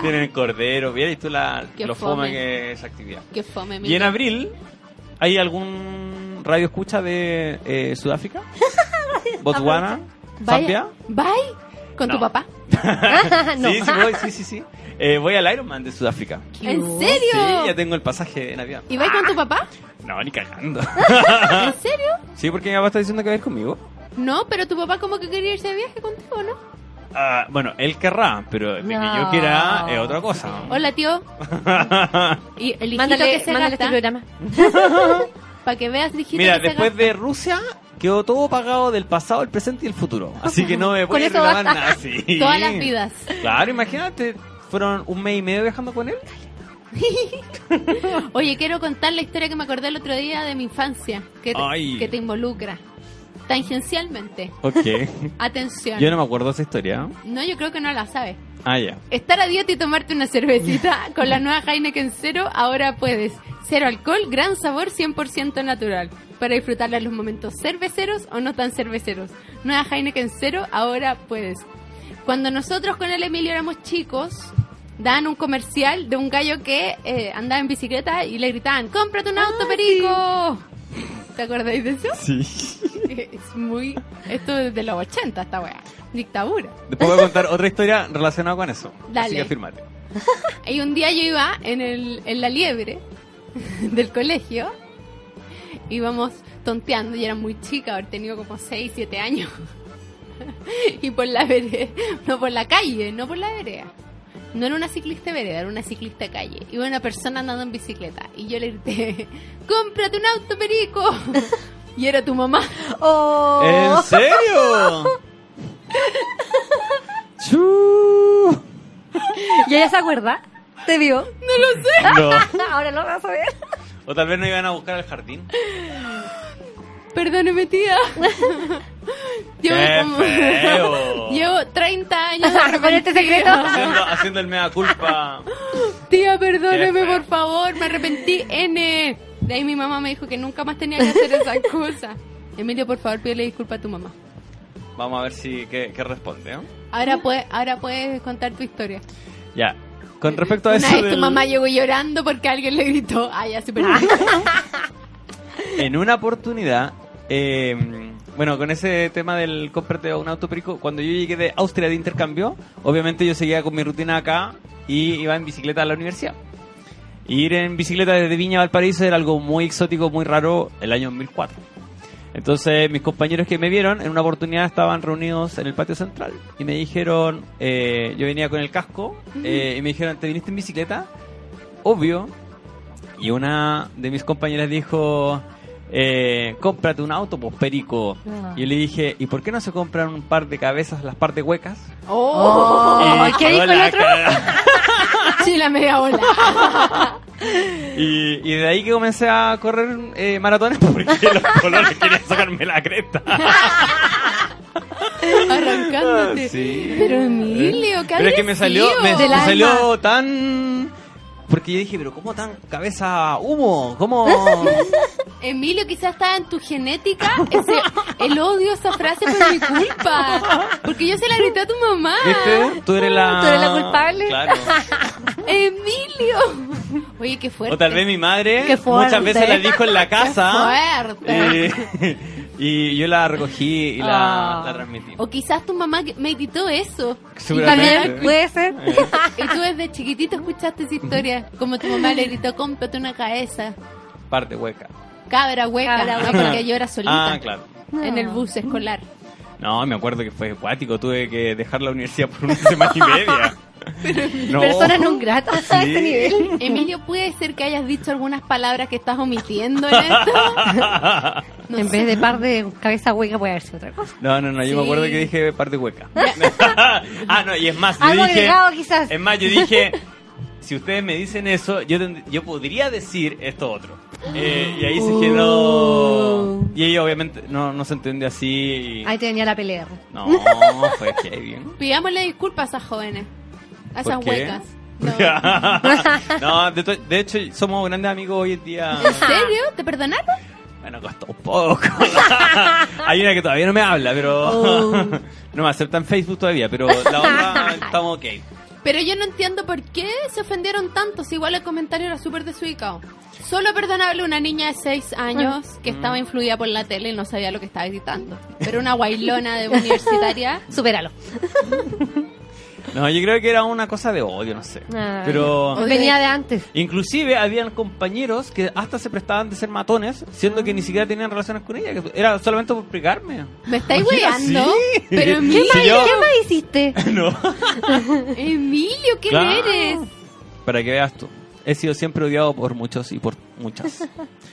S2: Tienen cordero, bien, y tú la,
S1: Qué
S2: lo fome
S1: fome.
S2: que es esa actividad.
S1: Qué fome,
S2: Y en
S1: mira.
S2: abril, ¿hay algún radio escucha de eh, Sudáfrica? ¿Botswana? ¿Zambia?
S1: Vaya- Bye. Con
S2: No.
S1: tu papá. Ah,
S5: no.
S2: Sí, sí, voy, sí, sí. sí. Eh, voy al Ironman de Sudáfrica.
S1: ¿En
S2: Sí,
S1: serio?
S2: ya Ah. tengo el pasaje en avión.
S1: ¿Y vais con tu papá?
S2: No, ni cagando. Ah.
S1: ¿En serio?
S2: sí, porque mi papá está diciendo que va a ir conmigo.
S1: No, pero tu papá como que quería irse de viaje contigo, ¿no?
S2: Ah, bueno, él querrá, pero de que yo
S5: No.
S2: quiera es otra cosa.
S1: Hola, tío. Y el hijito
S5: Mándale,
S1: que se
S5: mándale este
S1: gasta,
S5: programa.
S1: para que veas, hijito
S2: Mira,
S1: que se
S2: después
S1: gasta.
S2: de Rusia quedó todo pagado del pasado, el presente y el futuro. Así que no me voy a
S5: eso
S2: reclamar nada así.
S1: Todas las vidas.
S2: Claro, imagínate, fueron un mes y medio viajando con él.
S1: Oye, quiero contar la historia que me acordé el otro día de mi infancia, que
S2: Ay.
S1: te, que te involucra. Tangencialmente.
S2: Ok.
S1: Atención.
S2: Yo no me acuerdo de esa historia.
S1: No, yo creo que no la sabes.
S2: Ah, ya.
S1: Estar a dieta y tomarte una cervecita con la nueva Heineken Cero, ahora puedes. Cero alcohol, gran sabor, 100% natural. Para disfrutar de los momentos cerveceros o no tan cerveceros. Nueva Heineken Cero, ahora puedes. Cuando nosotros con el Emilio éramos chicos, daban un comercial de un gallo que eh, andaba en bicicleta y le gritaban, cómprate un auto, Perico. ¿Te acordáis de eso?
S2: Sí.
S1: Es muy... Esto es de los 80, esta weá. Dictadura.
S2: Después voy a contar otra historia relacionada con eso. Así
S1: Dale.
S2: que afirmate.
S1: Y un día yo iba en, el, en la liebre del colegio, íbamos tonteando, yo era muy chica, haber tenido como 6, 7 años. Y por la vereda, no por la calle, no por la vereda. No era una ciclista vereda, era una ciclista calle. Iba una persona andando en bicicleta y yo le grité, cómprate un auto, Perico. Y era tu mamá.
S2: ¿En serio? Chu.
S5: ¿Y ella se acuerda? ¿Te vio?
S2: No.
S5: Ahora lo vas a ver.
S2: O tal vez no iban a buscar al jardín.
S1: Perdóneme, tía. Llevo,
S2: ¡Qué
S1: como-
S2: feo!
S1: Llevo 30 años
S5: Con este secreto.
S2: Haciendo, haciendo el mea culpa.
S1: Tía,
S2: Qué
S1: perdóneme,
S2: feo.
S1: por favor, me arrepentí, N. De ahí mi mamá me dijo que nunca más tenía que hacer esas cosas. Emilio, por favor, pídele disculpas a tu mamá.
S2: Vamos a ver si qué, qué responde. ¿eh?
S1: Ahora, puede, ahora puedes contar tu historia.
S2: Ya. Con respecto a
S1: Una
S2: eso.
S1: vez tu
S2: del-
S1: mamá llegó llorando porque alguien le gritó, ay, ya super
S2: En una oportunidad, eh, bueno, con ese tema del cómprate un auto perico, cuando yo llegué de Austria de intercambio, obviamente yo seguía con mi rutina acá y iba en bicicleta a la universidad. Y ir en bicicleta desde Viña a Valparaíso era algo muy exótico, muy raro, el año 2004. Entonces mis compañeros que me vieron en una oportunidad estaban reunidos en el patio central y me dijeron, eh, yo venía con el casco eh, y me dijeron, ¿te viniste en bicicleta? Obvio. Y una de mis compañeras dijo, eh, cómprate un auto, pues perico.
S1: Ah.
S2: Y yo le dije, ¿y por qué no se compran un par de cabezas, las partes huecas?
S5: Oh,
S2: Y
S5: ¿Qué
S2: quedó
S5: dijo el
S2: la
S5: otro?
S2: cagada.
S1: Sí, la media bola.
S2: Y, y de ahí que comencé a correr eh, maratones porque los colores querían sacarme la cresta.
S1: Arrancándote.
S2: Sí. Eh,
S1: Pero Emilio, qué
S2: Pero es que me salió,
S1: agresivo.
S2: me,
S1: Del
S2: me
S1: alma.
S2: salió tan... Porque yo dije, pero ¿cómo tan cabeza humo? ¿Cómo...?
S1: Emilio, quizás estaba en tu genética ese, el odio, esa frase por mi culpa. Porque yo se la grité a tu mamá.
S2: ¿Viste? Tú eres la...
S5: Tú eres la culpable.
S2: Claro.
S1: Emilio. Oye, qué fuerte.
S2: O tal vez mi madre
S5: Qué fuerte.
S2: muchas veces la dijo en la casa.
S1: Fuerte.
S2: eh, y yo la recogí y la,
S5: Ah.
S2: la transmití.
S1: O quizás tu mamá que- me gritó eso.
S5: También
S2: Seguramente.
S5: puede ser.
S1: Y tú desde chiquitito escuchaste esa historia. Como tu mamá le gritó, cómprate una cabeza.
S2: Parte hueca.
S1: Cabra hueca.
S5: Cabra
S1: ¿no? Porque yo era solita.
S2: Ah, claro.
S1: En el bus escolar.
S2: No, me acuerdo que fue acuático, tuve que dejar la universidad por una semana y media. No.
S5: Personas no gratas a este nivel.
S1: Emilio, ¿puede ser que hayas dicho algunas palabras que estás omitiendo en esto? No
S5: en
S1: sé.
S5: vez de par de cabeza hueca puede haberse otra cosa.
S2: No, no, no, yo
S1: Sí.
S2: me acuerdo que dije parte hueca. ah, no, y es más, yo
S5: Algo
S2: dije,
S5: agregado quizás.
S2: es más, yo dije, si ustedes me dicen eso, yo tend- yo podría decir esto otro. Eh, y ahí se generó
S5: Uh.
S2: y ella obviamente no, no se entiende así. y-
S5: Ahí te venía la pelea.
S2: No, fue heavy.
S1: Pidámosle disculpas a esas jóvenes. A esas
S2: ¿Por qué?
S1: huecas. No. ¿En
S2: no, de, to- de hecho somos grandes amigos hoy en día.
S1: serio? ¿Te perdonaron?
S2: Bueno, costó un poco. Hay una que todavía no me habla, pero.
S5: Oh.
S2: no me acepta en Facebook todavía, pero la otra estamos ok.
S1: Pero yo no entiendo por qué se ofendieron tanto, si igual el comentario era súper desubicado. Solo perdonable una niña de 6 años
S2: Mm.
S1: que estaba influida por la tele y no sabía lo que estaba editando. Pero una guailona de universitaria.
S5: Supéralo.
S2: No, yo creo que era una cosa de odio, no sé.
S5: Ah.
S2: Pero.
S5: Venía de antes.
S2: Inclusive habían compañeros que hasta se prestaban de ser matones, siendo que ni siquiera tenían relaciones con ella, que era solamente por pegarme.
S1: ¿Me estáis
S2: Oye,
S1: weando?
S2: sí.
S1: Pero
S2: ¿Qué
S1: Emilio,
S2: más- Yo-
S5: ¿Qué más hiciste?
S2: No.
S1: Emilio, ¿qué
S2: Claro.
S1: eres?
S2: Para que veas tú. He sido siempre odiado por muchos y por muchas.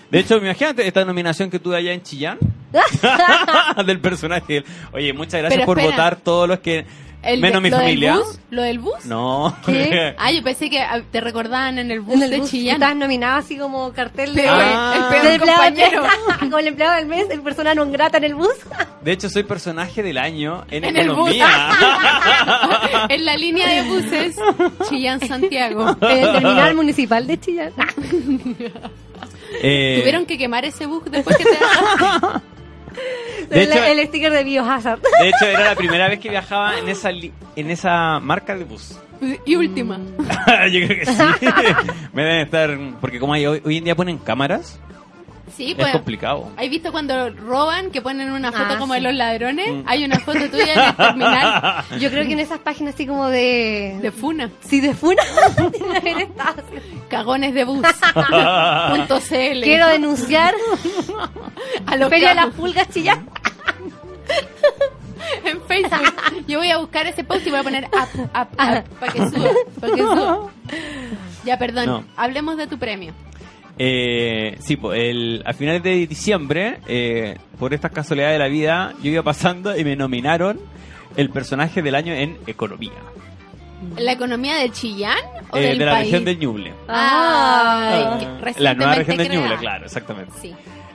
S2: De hecho, imagínate esta nominación que tuve allá en Chillán. del personaje. Oye, muchas gracias
S1: Pero
S2: por
S1: espera.
S2: votar todos los que...
S1: El de-
S2: menos mi
S1: lo
S2: familia.
S1: Del bus, ¿Lo del bus?
S2: No.
S5: ¿Qué?
S1: Ah, yo pensé que ah, te recordaban en el bus
S5: En el
S1: de
S5: bus,
S1: Chillán.
S5: Estás nominado así como cartel de...
S2: Ah.
S1: el
S5: del
S1: peor
S5: empleado del mes.
S1: compañero.
S5: como el empleado del mes, el persona no grata en el bus.
S2: De hecho, soy personaje del año en,
S1: En el bus.
S2: economía.
S1: en la línea de buses Chillán-Santiago.
S5: En el terminal municipal de Chillán. Ah,
S2: Eh,
S1: Tuvieron que quemar ese bus después que te
S2: De hecho-
S5: el, el sticker de Biohazard.
S2: De hecho, era la primera vez que viajaba en esa, li- en esa marca de bus.
S1: Y última.
S2: Mm. Yo creo que sí. Me deben estar. Porque como hay, hoy, hoy en día ponen cámaras,
S1: Sí,
S2: es
S1: pues.
S2: complicado.
S1: ¿Has visto cuando roban que ponen una foto
S5: Ah,
S1: como de
S5: sí.
S1: los ladrones?
S2: Mm.
S1: Hay una foto tuya en el terminal
S5: Yo creo que en esas páginas así como de...
S1: de Funa.
S5: Sí, de Funa. Tiene que haber estado así.
S1: Cagones de bus. punto CL.
S5: Quiero denunciar
S1: a
S5: la
S1: los
S5: Feria de las
S1: cabos
S5: Pulgas Chillán.
S1: en Facebook. Yo voy a buscar ese post y voy a poner up, up,
S5: Ah.
S1: up, para que suba. Para que suba. Ya, perdón.
S2: No.
S1: Hablemos de tu premio.
S2: Eh, sí, po, el, a finales de diciembre, eh, por estas casualidades de la vida, yo iba pasando y me nominaron el personaje del año en economía.
S1: ¿La economía de Chillán o
S2: Eh,
S1: del
S2: de la
S1: país?
S2: región del Ñuble.
S1: Ay,
S2: Ah,
S1: que
S2: la nueva
S1: recientemente
S2: región del
S1: creada.
S2: Ñuble, claro, exactamente.
S1: Sí.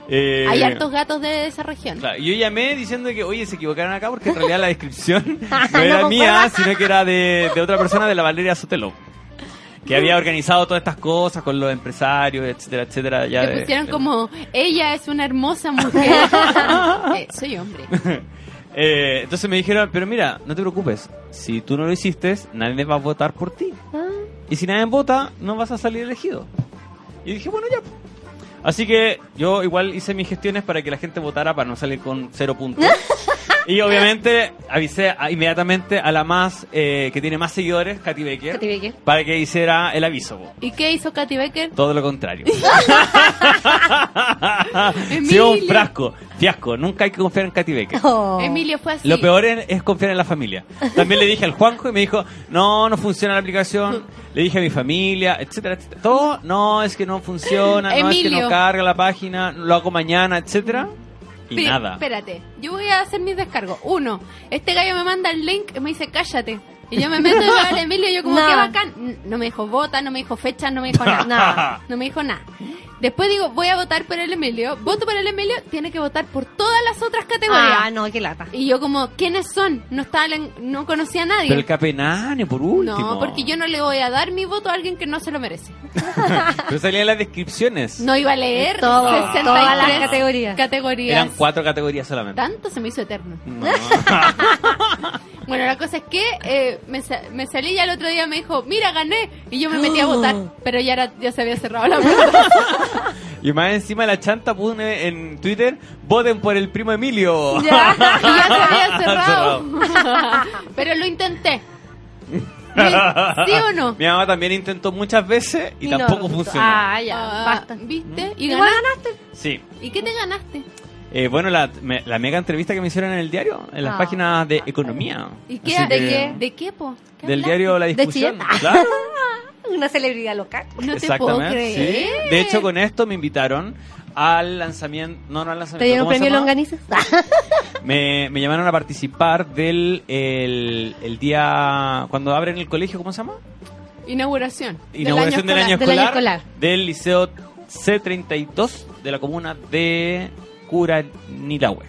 S2: Eh,
S1: Hay hartos gatos de esa región.
S2: Claro, yo llamé diciendo que, oye, se equivocaron acá porque en realidad la descripción no
S5: No
S2: era
S5: concuerda.
S2: mía, sino que era de, de otra persona, de la Valeria Sotelo. Que había
S1: Mm.
S2: organizado todas estas cosas con los empresarios, etcétera, etcétera. Ya
S1: Le
S2: de-
S1: pusieron
S2: de-
S1: como, ella es una hermosa mujer. Eh, soy hombre.
S2: Eh, entonces me dijeron, pero mira, no te preocupes, si tú no lo hiciste, nadie va a votar por ti. Y si nadie vota, no vas a salir elegido. Y dije, bueno, ya. pues." Así que yo igual hice mis gestiones para que la gente votara para no salir con cero puntos. y obviamente avisé a- inmediatamente a la más eh, que tiene más seguidores, Katy Baker,
S5: Katy Baker.
S2: para que hiciera el aviso. po.
S1: ¿Y qué hizo Katy Becker?
S2: Todo lo contrario. sí, un
S1: Emilio.
S2: frasco. Fiasco. Nunca hay que confiar en Katy Baker.
S5: Oh.
S1: Emilio fue así.
S2: Lo peor en- es confiar en la familia. También le dije al Juanjo y me dijo, no, no funciona la aplicación. Le dije a mi familia, etcétera, etcétera. Todo, no, es que no funciona, no, es que
S1: Emilio.
S2: no carga la página, lo hago mañana, etcétera. Y
S1: Pri-
S2: nada.
S1: Espérate, yo voy a hacer mis descargos. Uno, este gallo me manda el link y me dice cállate. Y yo me meto y veo al Emilio y yo como
S5: Nada.
S1: qué bacán. N- No me dijo vota, no me dijo fecha, no me dijo nada.
S2: Nada.
S1: No me dijo nada. Después digo, voy a votar por el Emilio. Voto por el Emilio, tiene que votar por todas las otras categorías.
S5: Ah, no, qué lata.
S1: Y yo como, ¿quiénes son? No estaba, la- no conocía a nadie.
S2: Pero el capenane, por último.
S1: no, porque yo no le voy a dar mi voto a alguien que no se lo merece.
S2: Pero salían las descripciones.
S1: No iba a leer
S5: Todo,
S1: 63
S5: todas las categorías.
S1: categorías.
S2: Eran cuatro categorías solamente.
S1: Tanto se me hizo eterno.
S2: No.
S1: Bueno, la cosa es que eh, me, sa- me salí y al otro día me dijo, mira, gané. Y yo me metí a votar, pero ya, era- ya se había cerrado la puerta.
S2: y más encima la chanta pone en Twitter, voten por el primo Emilio.
S1: ya, ya se había cerrado.
S2: Cerrado.
S1: pero lo intenté. ¿Sí o no?
S2: Mi mamá también intentó muchas veces y,
S5: Y no
S2: tampoco
S5: resultó.
S2: funcionó.
S5: Ah, ya,
S1: Ah,
S5: basta.
S1: ¿Viste? Y
S5: Igual
S1: ganaste.
S5: ganaste.
S2: Sí.
S1: ¿Y qué te ganaste?
S2: Eh, bueno, la, me- la mega entrevista que me hicieron en el diario, en las
S5: Ah.
S2: páginas de economía.
S1: ¿Y qué,
S2: Así
S1: ¿De
S2: que-
S1: qué? ¿De qué, po? ¿Qué
S2: Del
S1: hablaste?
S2: diario La Discusión.
S5: Chillán.
S2: claro.
S5: Una celebridad local.
S1: No te puedo
S2: Exactamente, sí.
S1: creer.
S2: De hecho, con esto me invitaron al lanzamiento. No, no al
S5: ¿Te
S2: lanzamiento.
S5: dieron
S2: ¿cómo se
S5: premio
S2: llama?
S5: Longaniza?
S2: Me, me llamaron a participar del el, el día. Cuando abren el colegio, ¿cómo se llama?
S1: Inauguración.
S2: Inauguración del año,
S5: escolar. Del año
S2: escolar. del Liceo C32 de la comuna de Curanilahue.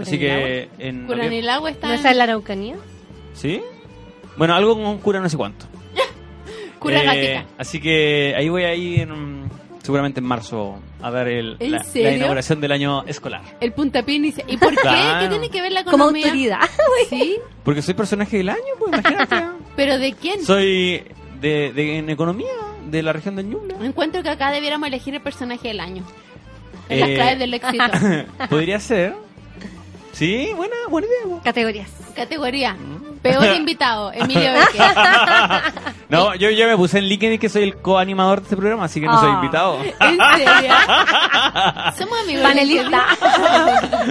S2: Así que. En noviembre-
S1: Curanilagua está
S5: ¿No está en la Araucanía?
S2: ¿Sí? Bueno, algo con un cura no sé cuánto.
S1: en Cura
S2: Eh,
S1: Gatica.
S2: Así que ahí voy a ir en, seguramente en marzo a dar el,
S1: ¿En
S2: la,
S1: serio?
S2: la inauguración del año escolar.
S1: El puntapín dice, ¿y por qué?
S2: Claro.
S1: ¿Qué tiene que ver la
S5: Como
S1: economía?
S5: autoridad.
S1: Sí,
S2: Porque soy personaje del año, pues
S1: Ah,
S2: imagínate.
S1: pero ¿de quién?
S2: soy de, de- en economía de la región del Ñuble.
S1: Encuentro que acá debiéramos elegir el personaje del año. Es las
S2: Eh,
S1: claves del éxito.
S2: Podría ser. Sí, buena, buena idea. pues.
S5: Categorías.
S1: Categoría. Peor invitado, Emilio Becker. Eh.
S2: No, yo ya me puse en LinkedIn que soy el coanimador de este programa, así que no soy
S5: Ah.
S2: invitado.
S1: ¿En serio? Somos amigos.
S5: Panelista.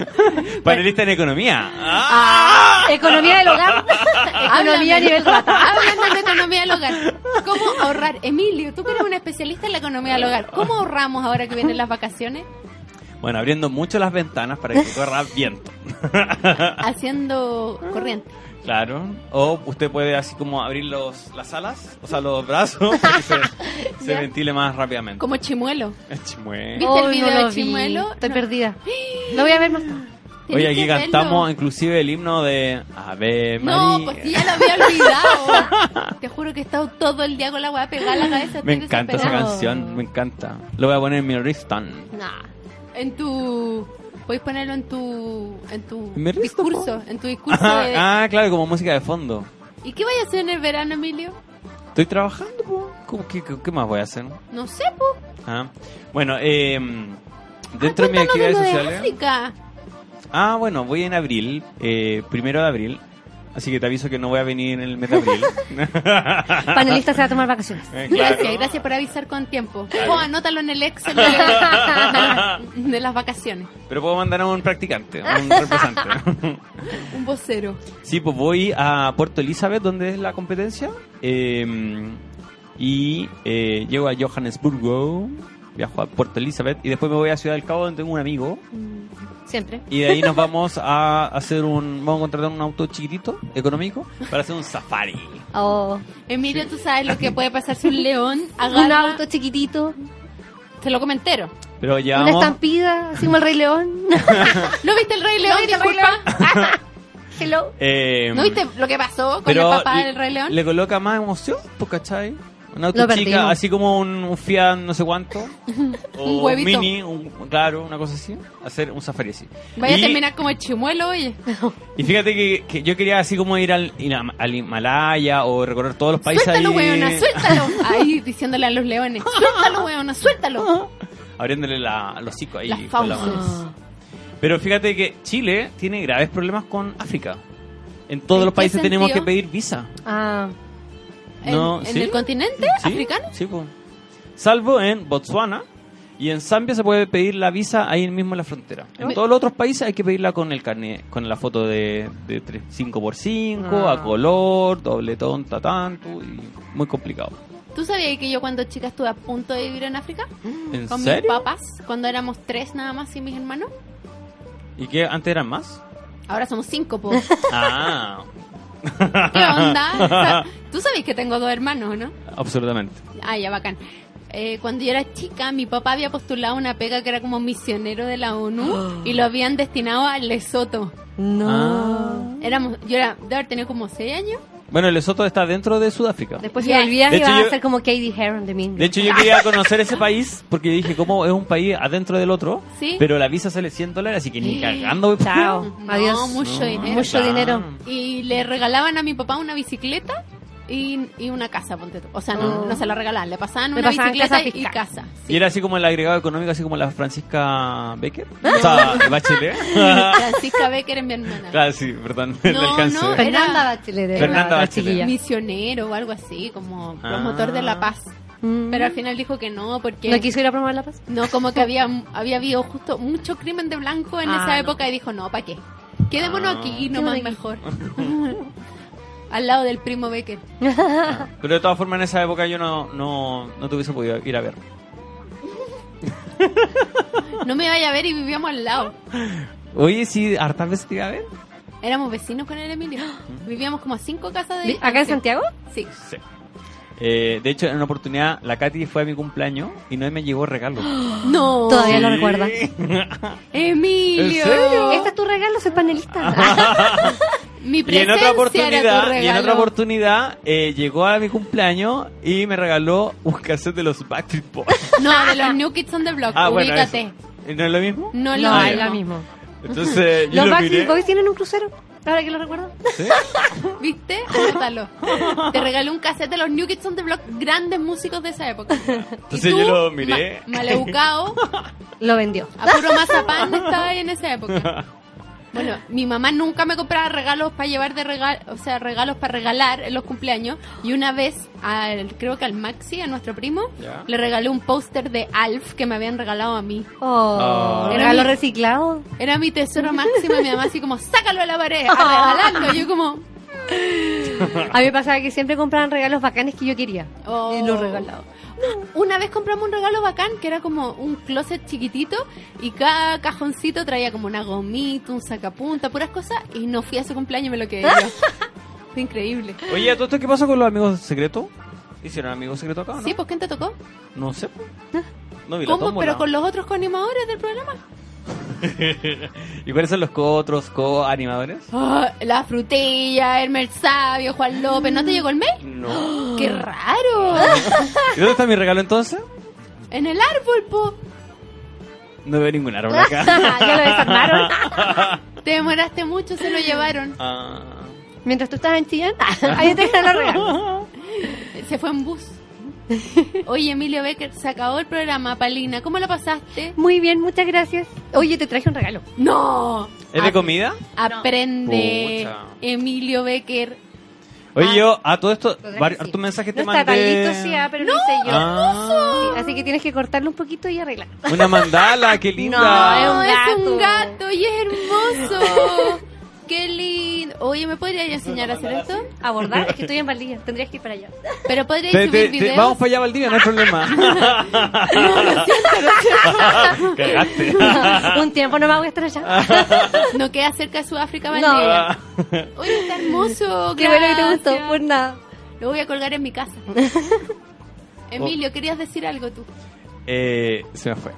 S2: Panelista en economía. Ah.
S5: Economía del hogar. Economía a nivel rata.
S1: Hablando de economía del hogar. ¿Cómo ahorrar? Emilio, tú que eres un especialista en la economía del hogar. ¿Cómo ahorramos ahora que vienen las vacaciones?
S2: Bueno, abriendo mucho las ventanas para que corra viento.
S1: Haciendo corriente.
S2: Claro. O usted puede así como abrir los, las alas, o sea, los brazos, para que se, se
S1: Ya.
S2: ventile más rápidamente.
S1: Como chimuelo.
S2: Es chimue.
S1: ¿Viste el
S5: Oh,
S1: video de
S5: lo vi.
S1: Chimuelo?
S5: Estoy
S1: No.
S5: perdida. Lo voy a ver más tarde.
S1: Tienes
S2: Oye, aquí
S1: que verlo.
S2: cantamos inclusive el himno de Ave
S1: No,
S2: María.
S1: pues sí, ya lo había olvidado. Te juro que he estado todo el día con la weá pegada a la cabeza.
S2: me
S1: estoy
S2: encanta esa
S1: desesperada.
S2: canción, me encanta. Lo voy a poner en mi Rifton.
S1: En tu Podéis ponerlo en tu, en tu
S2: ¿Me risto,
S1: discurso, en tu discurso de...
S2: Ah, ah, claro, como música de fondo.
S1: ¿Y qué vais a hacer en el verano, Emilio?
S2: Estoy trabajando, po. ¿Cómo- qué, qué- qué más voy a hacer?
S1: No sé, pues.
S2: Ah, bueno, eh, dentro de mis
S1: Ah, Cuéntanos de
S2: actividades
S1: lo de
S2: sociales.
S1: África.
S2: Ah, bueno, voy en abril, eh, primero de abril. Así que te aviso que no voy a venir en el mes de abril.
S5: Panelista se va a tomar vacaciones.
S2: Eh, claro.
S1: Gracias, gracias por avisar con tiempo. Oh, anótalo en el Excel de, de las- de las vacaciones.
S2: Pero puedo mandar a un practicante, a un representante.
S1: Un vocero.
S2: Sí, pues voy a Puerto Elizabeth, donde es la competencia. eh, y eh, llego a Johannesburgo, viajo a Puerto Elizabeth y después me voy a Ciudad del Cabo, donde tengo un amigo. Mm,
S5: Siempre.
S2: Y de ahí nos vamos a hacer un. Vamos a contratar un auto chiquitito, económico, para hacer un safari.
S1: Oh.
S5: O
S1: Emilio, tú sabes lo que puede pasar si un león
S5: un
S1: agarra...
S5: auto chiquitito,
S1: Te lo comentero.
S2: Pero
S5: una
S2: llevamos.
S5: estampida, así como el Rey León.
S1: ¿No viste el Rey León? Disculpa.
S5: Hello.
S2: eh,
S1: ¿No viste lo que pasó con
S2: pero
S1: el papá
S2: le-
S1: del Rey León?
S2: Le coloca más emoción, pues, ¿cachai? Un auto
S5: Lo
S2: chica,
S5: perdimos.
S2: así como un, un Fiat no sé cuánto. o
S1: huevito.
S2: mini, un, claro, una cosa así. Hacer un safari así.
S1: Vaya a
S2: Y-
S1: terminar como el chimuelo, oye.
S2: Y fíjate que, que yo quería así como ir al, ir a- al Himalaya o recorrer todos los países
S1: suéltalo,
S2: ahí,
S1: weona, suéltalo. Ahí diciéndole a los leones. Suéltalo, weona, suéltalo.
S2: abriéndole la, los hocico ahí.
S1: Las
S2: con la
S1: fauces.
S2: mano. Pero fíjate que Chile tiene graves problemas con África. En todos
S1: ¿En
S2: los
S1: qué
S2: países tenemos que
S1: sentido?
S2: pedir visa.
S5: Ah,
S1: ¿En,
S2: No,
S1: en
S2: ¿sí?
S1: el continente
S2: ¿Sí?
S1: ¿Este? africano?
S2: Sí, po. Salvo en Botswana y en Zambia se puede pedir la visa ahí mismo en la frontera. En
S1: Mi-
S2: todos los otros países hay que pedirla con el carnet, con la foto de, de 5x5, a
S5: Ah.
S2: color, doble tonta tanto y muy complicado.
S1: ¿Tú sabías que yo cuando chica estuve a punto de vivir en África?
S2: ¿En
S1: Con mis
S2: serio?
S1: papás, cuando éramos tres nada más y mis hermanos.
S2: ¿Y qué antes eran más?
S1: Ahora somos cinco, po.
S2: Ah,
S1: ¿Qué onda? O sea, Tú sabes que tengo dos hermanos, ¿no?
S2: absolutamente.
S1: Ah, ya, bacán. Eh, cuando yo era chica, mi papá había postulado una pega que era como misionero de la ONU y lo habían destinado a Lesoto.
S2: Ah.
S1: Éramos, yo era, de haber tenido como seis años.
S2: Bueno, Lesoto está dentro de Sudáfrica.
S5: después
S1: Ya.
S5: se olvidas
S2: De
S5: y
S2: hecho,
S5: vas
S2: yo-
S5: a ser como Katie Heron de mí.
S2: De hecho, yo quería conocer ese país porque dije, ¿cómo es un país adentro del otro?
S1: Sí.
S2: Pero la visa sale 100 dólares, así que ni cagando. voy-
S5: Chao.
S1: No,
S5: Adiós.
S1: mucho dinero.
S5: Mucho
S2: Ah.
S5: dinero.
S1: Y le regalaban a mi papá una bicicleta y, y una casa, ponte tú. O sea, no,
S5: Oh.
S1: no se la regalaban, le pasaban
S5: Le
S1: una
S5: pasaban
S1: bicicleta
S5: casa
S1: y
S5: fiscal.
S1: casa.
S2: Y era así como el agregado económico, así como la Francisca Becker. O sea, Bachelet.
S1: Francisca Becker en mi hermana.
S2: ¿eh? claro, sí, perdón,
S1: No,
S2: me alcancé.
S1: no, pero-
S5: Fernanda Bachelet. era
S2: Fernanda
S5: la
S2: Bachelet.
S5: chiquilla.
S1: Misionero o algo así, como
S2: Ah.
S1: promotor de la paz.
S5: Mm.
S1: Pero al final dijo que no, porque...
S5: ¿No quiso ir a promover la paz?
S1: No, como que había había habido justo mucho crimen de blanco en
S5: Ah,
S1: esa
S5: no.
S1: época y dijo, no, ¿para qué? Quedémonos
S2: Ah.
S1: aquí, nomás mejor. Al lado del primo Becker.
S2: Ah, Pero de todas formas, en esa época yo no, no, no te hubiese podido ir a ver.
S1: No me vaya a ver y vivíamos al lado.
S2: Oye, sí, hartas veces te iba a ver.
S1: Éramos vecinos con el Emilio. Vivíamos como a cinco casas de...
S5: ¿Acá en Santiago?
S1: Sí.
S2: Sí. Eh, de hecho, en una oportunidad, la Katy fue a mi cumpleaños y no me llegó regalo.
S1: No.
S5: Todavía lo
S2: Sí.
S5: recuerda.
S1: Emilio.
S2: ¿En serio?
S5: Este es tu regalo, soy panelista.
S1: Mi
S2: Y en
S1: presencia
S2: otra
S1: era tu
S2: oportunidad,
S1: regalo.
S2: y en otra oportunidad eh, llegó a mi cumpleaños y me regaló un cassette de los Backstreet Boys.
S1: No, de los New Kids on the Block.
S2: Ah, bueno,
S1: Ubícate.
S2: eso. ¿No es lo mismo?
S1: No, lo
S5: no,
S2: Ah,
S5: es
S2: ya.
S5: lo mismo.
S2: Entonces, yo
S5: Los
S2: lo
S5: Backstreet
S2: miré.
S5: Boys tienen un crucero. Ahora que lo recuerdo.
S2: ¿Sí?
S1: ¿Viste? Anótalo. Te regalé un cassette de los New Kids on the Block, grandes músicos de esa época.
S2: Entonces yo lo miré.
S1: ma- maleducado,
S5: Lo vendió.
S1: a puro mazapán estaba ahí en esa época. Bueno, mi mamá nunca me compraba regalos para llevar de regal, o sea, regalos para regalar en los cumpleaños. Y una vez, al, creo que al Maxi, a nuestro primo,
S2: Ya.
S1: le regalé un póster de Alf que me habían regalado a mí.
S5: Oh,
S2: Ah.
S5: regalo reciclado.
S1: Era mi tesoro máximo y mi mamá así como, sácalo a la pared, a regalarlo. Y yo como,
S5: A mí me pasaba que siempre compraban regalos bacanes que yo quería.
S1: Oh.
S5: Y los regalaba.
S1: Una vez compramos un regalo bacán que era como un closet chiquitito y cada cajoncito traía como una gomita, un sacapunta, puras cosas y no fui a su cumpleaños y me lo quedé yo. Fue increíble.
S2: Oye, ¿a ¿todo esto qué pasó con los amigos secretos? ¿Hicieron amigos secretos acá o no?
S1: Sí, pues ¿quién te tocó?
S2: No sé. po. No vi la
S1: ¿Cómo?
S2: tómbola.
S1: Pero con los otros coanimadores del programa.
S2: ¿Y cuáles son los co- otros co-animadores?
S1: Ah, la frutilla, Hermer Sabio, Juan López, ¿no te llegó el mail?
S2: No.
S1: ¡Qué raro!
S2: ¿Y dónde está mi regalo entonces?
S1: en el árbol, po.
S2: No veo ningún árbol acá.
S5: ya lo desarmaron.
S1: Te demoraste mucho, se lo llevaron.
S2: Ah.
S5: Mientras tú estabas en Chillán, ahí te dejaron la regla.
S1: Se fue en bus. Oye, Emilio Becker, se acabó el programa, Palina. ¿Cómo lo pasaste?
S5: Muy bien, muchas gracias. Oye, te traje un regalo.
S1: ¡No!
S2: ¿Es de comida?
S1: Aprende,
S2: Pucha.
S1: Emilio Becker.
S2: Oye,
S1: Ah.
S2: yo a todo esto,
S5: Podrá que
S2: varios-
S5: sí.
S2: hartos mensajes
S5: No
S2: te
S5: está
S2: mandé.
S5: tan listo, sí, ah, pero lo hice yo.
S2: Ah.
S5: Sí, así que tienes que cortarlo un poquito y arreglar.
S2: Una mandala, qué linda.
S1: No,
S5: un
S1: es un
S5: gato.
S1: gato y es hermoso. Qué lindo. Oye, ¿me podrías enseñar a hacer esto?
S5: Abordar, es que estoy en Valdivia, tendrías que ir para allá.
S1: Pero podrías
S2: Te- te-
S1: subir
S2: te-
S1: videos.
S2: vamos para allá, Valdivia, no hay problema. Cagaste.
S5: un tiempo no me voy a estar allá.
S1: No queda cerca de Sudáfrica,
S5: No.
S1: Valdivia.
S2: Ah.
S1: Oye, está hermoso.
S5: Qué bueno que te gustó,
S1: gracias.
S5: por nada.
S1: Lo voy a colgar en mi casa. Emilio, querías decir algo tú.
S5: Oh.
S2: Eh, se me fue.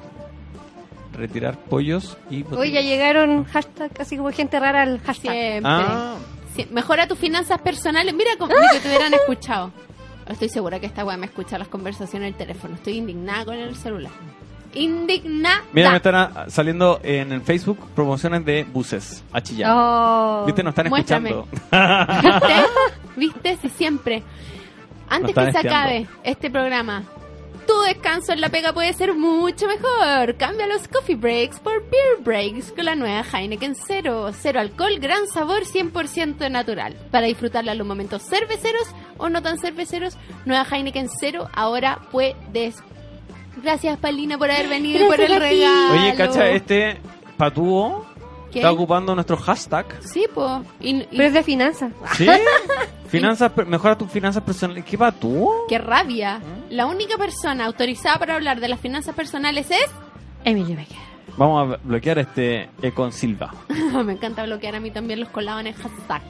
S2: Retirar pollos y botellas.
S5: Hoy ya llegaron hashtag, así como gente rara al hashtag.
S1: Siempre.
S2: Ah,
S1: Sí, mejora tus finanzas personales. Mira como ni que te hubieran escuchado. Estoy segura que esta weá me escucha las conversaciones del teléfono. Estoy indignada con el celular. Indignada.
S2: mira, me están ah, saliendo en el Facebook promociones de buses a Chillán.
S5: Oh.
S2: ¿Viste? Nos están
S1: Muéstrame.
S2: escuchando.
S1: ¿Viste? ¿Viste? Sí, siempre. Antes
S2: Nos
S1: que se
S2: están
S1: acabe este programa, tu descanso en la pega puede ser mucho mejor. Cambia los coffee breaks por beer breaks con la nueva Heineken Cero. Cero alcohol, gran sabor, 100% natural. Para disfrutarla en los momentos cerveceros o no tan cerveceros, nueva Heineken Cero ahora puedes. Gracias, Palina, por haber venido y por el
S5: Gracias a ti.
S1: regalo.
S2: Oye, cacha, este patúo
S1: ¿Qué?
S2: está ocupando nuestro hashtag.
S1: Sí, po. Y- y-
S5: Pero es de finanzas.
S2: ¿Sí? finanzas, per- mejora tus finanzas personales. ¿Qué patúo?
S1: ¡Qué rabia! La única persona autorizada para hablar de las finanzas personales es...
S5: Emilio Becker.
S2: Vamos a bloquear este Econ Silva.
S1: Me encanta bloquear a mí también los colados en el hashtag.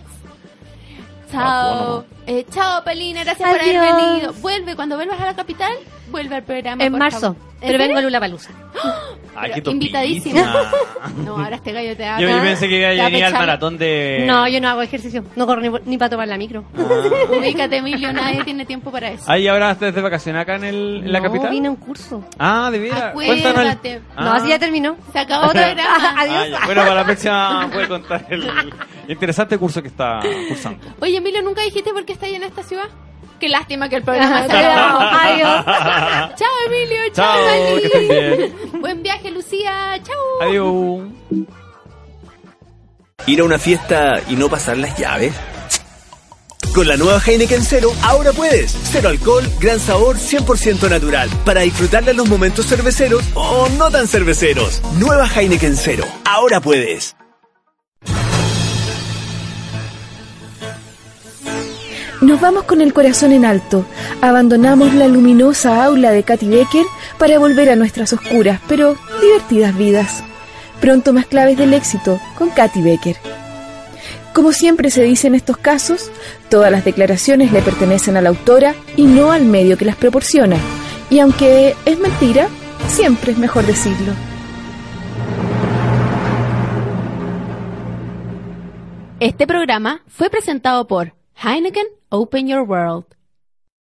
S2: Ah,
S1: Chao. Eh, chao, Palina. Gracias por haber
S5: Adiós.
S1: venido. Vuelve. Cuando vuelvas a la capital, vuelve al programa.
S5: En
S1: por
S5: marzo.
S1: favor. ¿En
S5: Pero vengo
S1: serio?
S5: a Lula Palusa.
S2: Ay,
S1: Pero
S2: qué topísima.
S1: invitadísima. No, ahora este gallo te va a-
S2: Yo, yo pensé que iba
S1: te va
S2: a
S1: a
S2: venir al
S1: pechar.
S2: maratón de.
S5: No, yo no hago ejercicio. No corro ni, ni para tomar la micro.
S1: Ubícate, Emilio. Nadie tiene tiempo para eso.
S2: Ahí Ah. ahora estás de vacaciones acá en, el, en la
S5: no,
S2: capital.
S5: vine a un curso.
S2: Ah, de vida. Cuéntanos. el-
S1: Acuérdate.
S2: Ah.
S5: No, así ya terminó.
S1: Se acabó el programa.
S2: Ah, ya. bueno, para la próxima voy a contar el interesante curso que está cursando.
S1: Oye, Emilio, ¿nunca dijiste por qué estás ahí en esta ciudad? Qué lástima que el programa se
S5: Adiós.
S1: Chao, Emilio. Chao,
S2: Chao,
S1: Dani.
S2: que estén bien.
S1: Buen viaje, Lucía. Chao.
S2: Adiós.
S6: ¿Ir a una fiesta y no pasar las llaves? Con la nueva Heineken Cero, ahora puedes. Cero alcohol, gran sabor, 100% natural. Para disfrutarla en los momentos cerveceros o no tan cerveceros. Nueva Heineken Cero, ahora puedes.
S7: Nos vamos con el corazón en alto. Abandonamos la luminosa aula de Katy Becker para volver a nuestras oscuras pero divertidas vidas. Pronto más claves del éxito con Katy Becker. Como siempre se dice en estos casos, todas las declaraciones le pertenecen a la autora y no al medio que las proporciona. Y aunque es mentira, siempre es mejor decirlo.
S1: Este programa fue presentado por Heineken Open Your World.